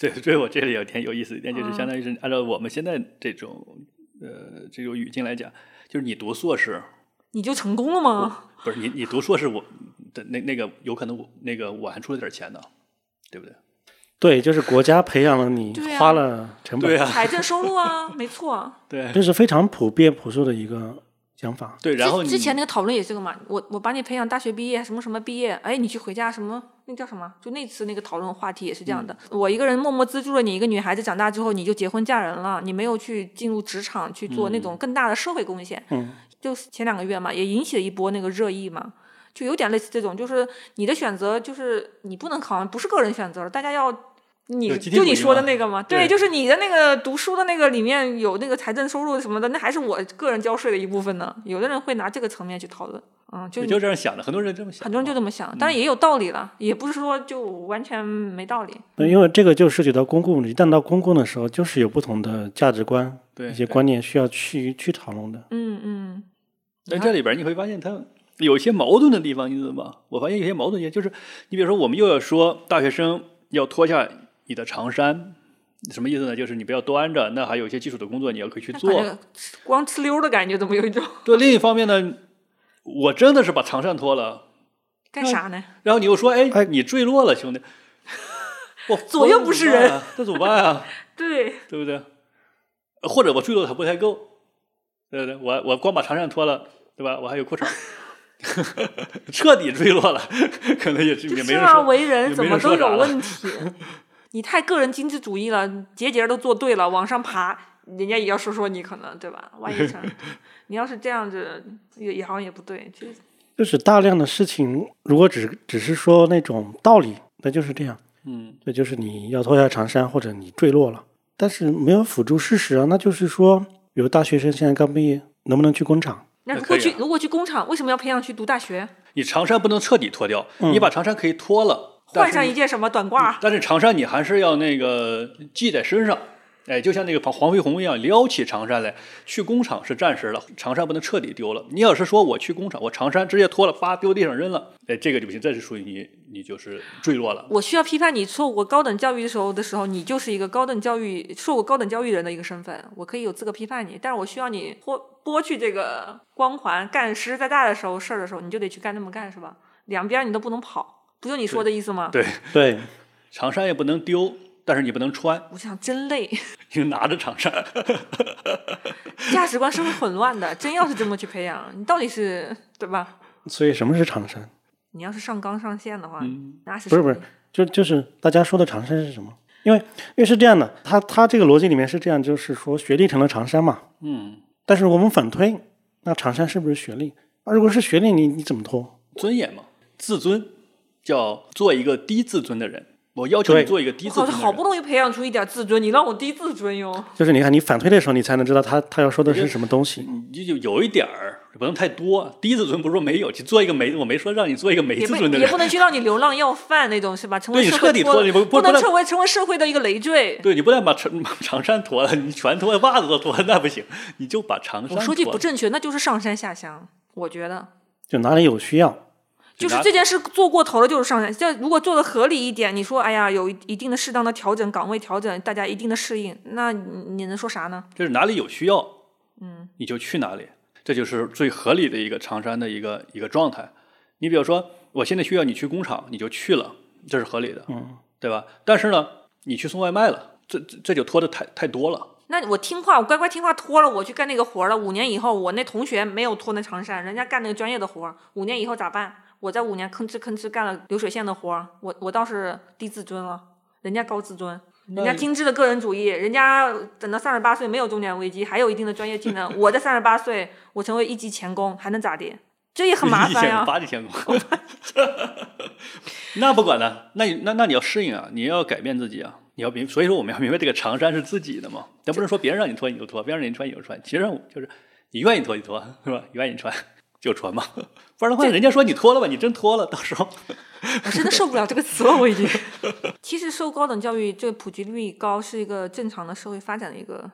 Speaker 2: 对，所以我这里有点有意思一点，就是
Speaker 1: 嗯
Speaker 2: 相当于是按照我们现在这种呃这种语境来讲，就是你读硕士，
Speaker 1: 你就成功了吗？
Speaker 2: 不是你你读硕士我，的那那个有可能我那个我还出了点钱呢，对不对？
Speaker 3: 对，就是国家培养了你
Speaker 1: 对，啊
Speaker 3: 花了成本，
Speaker 2: 对啊，
Speaker 1: 财政收入啊，没错啊。
Speaker 2: 对
Speaker 3: 这是非常普遍朴素的一个想法。
Speaker 2: 对，然后
Speaker 1: 之
Speaker 2: 你
Speaker 1: 之前那个讨论也是个嘛，我我把你培养大学毕业什么什么毕业，哎，你去回家什么那叫什么？就那次那个讨论话题也是这样的。
Speaker 2: 嗯
Speaker 1: 我一个人默默资助了你一个女孩子长大之后，你就结婚嫁人了，你没有去进入职场去做
Speaker 2: 嗯
Speaker 1: 那种更大的社会贡献。
Speaker 3: 嗯，
Speaker 1: 就是前两个月嘛，也引起了一波那个热议嘛。就有点类似这种，就是你的选择，就是你不能考虑，不是个人选择了，大家要
Speaker 2: 有
Speaker 1: 你
Speaker 2: 集体
Speaker 1: 就你
Speaker 2: 主义
Speaker 1: 说的
Speaker 2: 嘛
Speaker 1: 那个嘛，
Speaker 2: 对
Speaker 1: 就是你的那个读书的那个里面有那个财政收入什么的，那还是我个人交税的一部分呢。有的人会拿这个层面去讨论，嗯，就
Speaker 2: 也就这样想的，很多人这么想，啊嗯
Speaker 1: 很多人就这么想，当然也有道理了，也不是说就完全没道理。
Speaker 3: 那因为这个就涉及到公共，一旦到公共的时候，就是有不同的价值观、
Speaker 2: 对
Speaker 3: 一些
Speaker 2: 对
Speaker 3: 观念需要去去讨论的。
Speaker 1: 嗯嗯，
Speaker 2: 但这里边儿你会发现，它有一些矛盾的地方，你知道吗？我发现有些矛盾点，就是你比如说，我们又要说大学生要脱下你的长衫，什么意思呢？就是你不要端着，那还有一些基础的工作你要可以去
Speaker 1: 那嗯反
Speaker 2: 做。
Speaker 1: 正光哧溜的感觉，怎么有一种 (laughs)
Speaker 2: 对，另一方面呢，我真的是把长衫脱了，
Speaker 1: 干啥呢？ (laughs)
Speaker 2: 然后你又说，哎
Speaker 3: 哎，
Speaker 2: 你坠落了，兄弟，我
Speaker 1: 左右不是人，
Speaker 2: 这怎么办啊？
Speaker 1: 对，
Speaker 2: 对不对？呃或者我坠落还不太够，对不对？我我光把长衫脱了，对吧？我还有裤衩儿， (laughs) 彻底坠落了， (laughs) 可能也是
Speaker 1: 就
Speaker 2: 也没
Speaker 1: 生
Speaker 2: 人
Speaker 1: 而
Speaker 2: 说。
Speaker 1: 为人
Speaker 2: 也
Speaker 1: 怎
Speaker 2: 没
Speaker 1: 么
Speaker 2: 人
Speaker 1: 都
Speaker 2: 说啥
Speaker 1: 有
Speaker 2: 了
Speaker 1: 问
Speaker 2: (laughs)
Speaker 1: 题。你太个人经济主义了，节节都做对了，往上爬，人家也要说说你，可能对吧？万一
Speaker 2: (laughs)
Speaker 1: 成，你要是这样子，也也好像也不对，就
Speaker 3: 就是大量的事情，如果只只是说那种道理，那就是这样，
Speaker 2: 嗯，
Speaker 3: 这就是你要脱下长衫，或者你坠落了，但是没有辅助事实啊，那就是说，比如大学生现在刚毕业，能不能去工厂？
Speaker 1: 那
Speaker 2: 那
Speaker 1: 如
Speaker 2: 可
Speaker 1: 果
Speaker 2: 以
Speaker 1: 去、
Speaker 2: 啊
Speaker 1: 如果去工厂，为什么要培养去读大学？
Speaker 2: 你长衫不能彻底脱掉，你把长衫可以脱了，
Speaker 1: 嗯
Speaker 2: 但
Speaker 1: 换
Speaker 2: 是
Speaker 1: 上一件什么短褂？
Speaker 2: 但是长衫你还是要那个系在身上。哎，就像那个黄黄飞鸿一样，撩起长衫来，去工厂是暂时的，长衫不能彻底丢了。你要是说我去工厂，我长衫直接脱了，叭丢地上扔了，哎，这个就不行，这是属于你，你就是坠落了。
Speaker 1: 我需要批判你受过高等教育的时候的时候，你就是一个高等教育受过高等教育人的一个身份，我可以有资格批判你，但是我需要你剥剥去这个光环，干实实在在的时候事儿的时候，你就得去干那么干，是吧？两边你都不能跑，不就你说的意思吗？
Speaker 2: 对，
Speaker 3: 对，
Speaker 2: 长衫也不能丢，但是你不能穿， (laughs)
Speaker 1: 我想真累， (laughs)
Speaker 2: 你拿着长衫。 (laughs)
Speaker 1: 价值观是会混乱的。真要是这么去培养，你到底是对吧？
Speaker 3: 所以什么是长衫？
Speaker 1: 你要是上纲上线的话，
Speaker 2: 嗯
Speaker 1: 那是
Speaker 3: 不是不是，就就是大家说的长衫是什么？因为因为是这样的，他他这个逻辑里面是这样，就是说学历成了长衫嘛，
Speaker 2: 嗯，
Speaker 3: 但是我们反推，那长衫是不是学历？那如果是学历，你你怎么脱？
Speaker 2: 尊严嘛，自尊叫做一个低自尊的人。我要求你
Speaker 3: 对
Speaker 2: 做一个低
Speaker 1: 我
Speaker 2: 自尊
Speaker 1: 好
Speaker 2: 的人。
Speaker 1: 好不容易培养出一点自尊，你让我低自尊哟。
Speaker 3: 就是你看你反推的时候，你才能知道他他要说的是什么东西。
Speaker 2: 你就有一点儿，不能太多。低自尊不是说没有，就做一个没，我没说让你做一个没
Speaker 1: 也
Speaker 2: 自
Speaker 1: 不
Speaker 2: 尊的
Speaker 1: 也
Speaker 2: 人
Speaker 1: 不。能去让你流浪要饭那种是吧？成为
Speaker 2: 对你
Speaker 1: 社会
Speaker 2: 彻底脱
Speaker 1: 脱
Speaker 2: 了你不不
Speaker 1: 不能
Speaker 2: 不能
Speaker 1: 成为成为社会的一个累赘。
Speaker 2: 对你不但把长 (laughs) 把长衫脱了，你全脱，袜子都脱了，那不行，你就把长衫脱
Speaker 1: 我
Speaker 2: 了。
Speaker 1: 说句不正确，那就是上山下乡。我觉得
Speaker 3: 就哪里有需要，
Speaker 2: 就
Speaker 1: 就是
Speaker 2: 拿
Speaker 1: 这件事做过头了，就是上山。这如果做的合理一点，你说哎呀有一一定的适当的调整，岗位调整，大家一定的适应，那你你能说啥呢？
Speaker 2: 就是哪里有需要，嗯，你就去哪里，这就是最合理的一个长衫的一个一个状态。你比如说，我现在需要你去工厂，你就去了，这是合理的，嗯，对吧？但是呢，你去送外卖了，这这这就拖得太太多了。
Speaker 1: 那我听话，我乖乖听话，脱了我去干那个活儿了。五年以后，我那同学没有脱那长衫，人家干那个专业的活儿。五年以后咋办？我在五年吭哧吭哧干了流水线的活儿，我我倒是低自尊了，人家高自尊，人家
Speaker 2: 嗯
Speaker 1: 精致的个人主义，人家等到三十八岁没有中年危机，还有一定的专业技能。我在三十八岁，我成为一级钳工，还能咋地？这也很麻烦呀、
Speaker 2: 八几千公，那不管了，那你那那你要适应啊，你要改变自己啊，你要明，所以说我们要明白这个长衫是自己的嘛，咱不是说别人让你脱你就脱，别人让你穿你就穿，其实上就是你愿意脱就脱，是吧？你愿意穿就穿嘛， (laughs) 不然的话，人家说你脱了吧，你真脱了，到时候
Speaker 1: 我真的受不了这个词了，我已经。 (laughs) 其实受高等教育这个普及率高是一个正常的社会发展的一个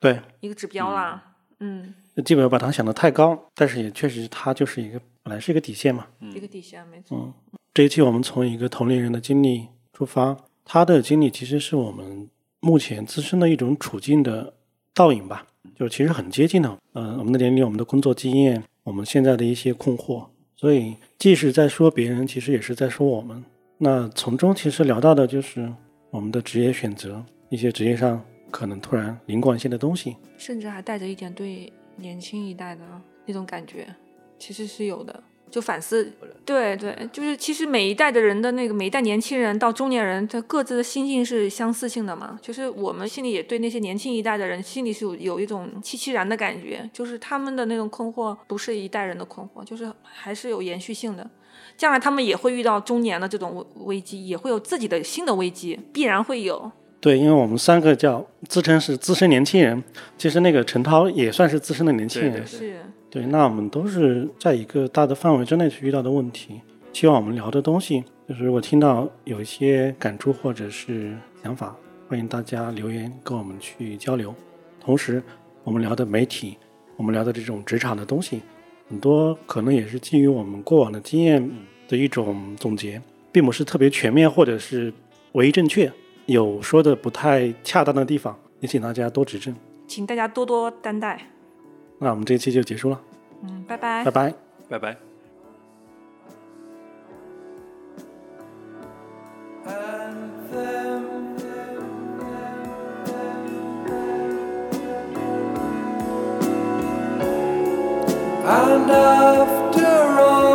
Speaker 3: 对，
Speaker 1: 一个指标啦，嗯，
Speaker 3: 既没有把它想得太高，但是也确实它就是一个本来是一个底线嘛。嗯
Speaker 1: 一个底线没错，
Speaker 3: 这一期我们从一个同龄人的经历出发，他的经历其实是我们目前自身的一种处境的倒影吧，就其实很接近的。嗯、我们的年龄、我们的工作经验、我们现在的一些困惑，所以既是在说别人，其实也是在说我们。那从中其实聊到的就是我们的职业选择，一些职业上可能突然灵光一现的东西。
Speaker 1: 甚至还带着一点对年轻一代的那种感觉，其实是有的。就反思，对对，就是其实每一代的人的那个每一代年轻人到中年人，他各自的心境是相似性的嘛。就是我们心里也对那些年轻一代的人心里是有有一种凄凄然的感觉，就是他们的那种困惑不是一代人的困惑，就是还是有延续性的。将来他们也会遇到中年的这种危危机，也会有自己的新的危机，必然会有。
Speaker 3: 对，因为我们三个叫自称是资深年轻人，其实那个陈涛也算是资深的年轻人。
Speaker 2: 对对
Speaker 1: 是，
Speaker 3: 对，那我们都是在一个大的范围之内去遇到的问题。希望我们聊的东西，就是如果听到有一些感触或者是想法，欢迎大家留言跟我们去交流。同时，我们聊的媒体，我们聊的这种职场的东西，很多可能也是基于我们过往的经验的一种总结，并不是特别全面或者是唯一正确，有说的不太恰当的地方，也请大家多指正。
Speaker 1: 请大家多多担待。
Speaker 3: 那我们这一期就结束了，
Speaker 1: 嗯，拜拜
Speaker 3: 拜。拜。
Speaker 2: 拜拜。
Speaker 4: And after all.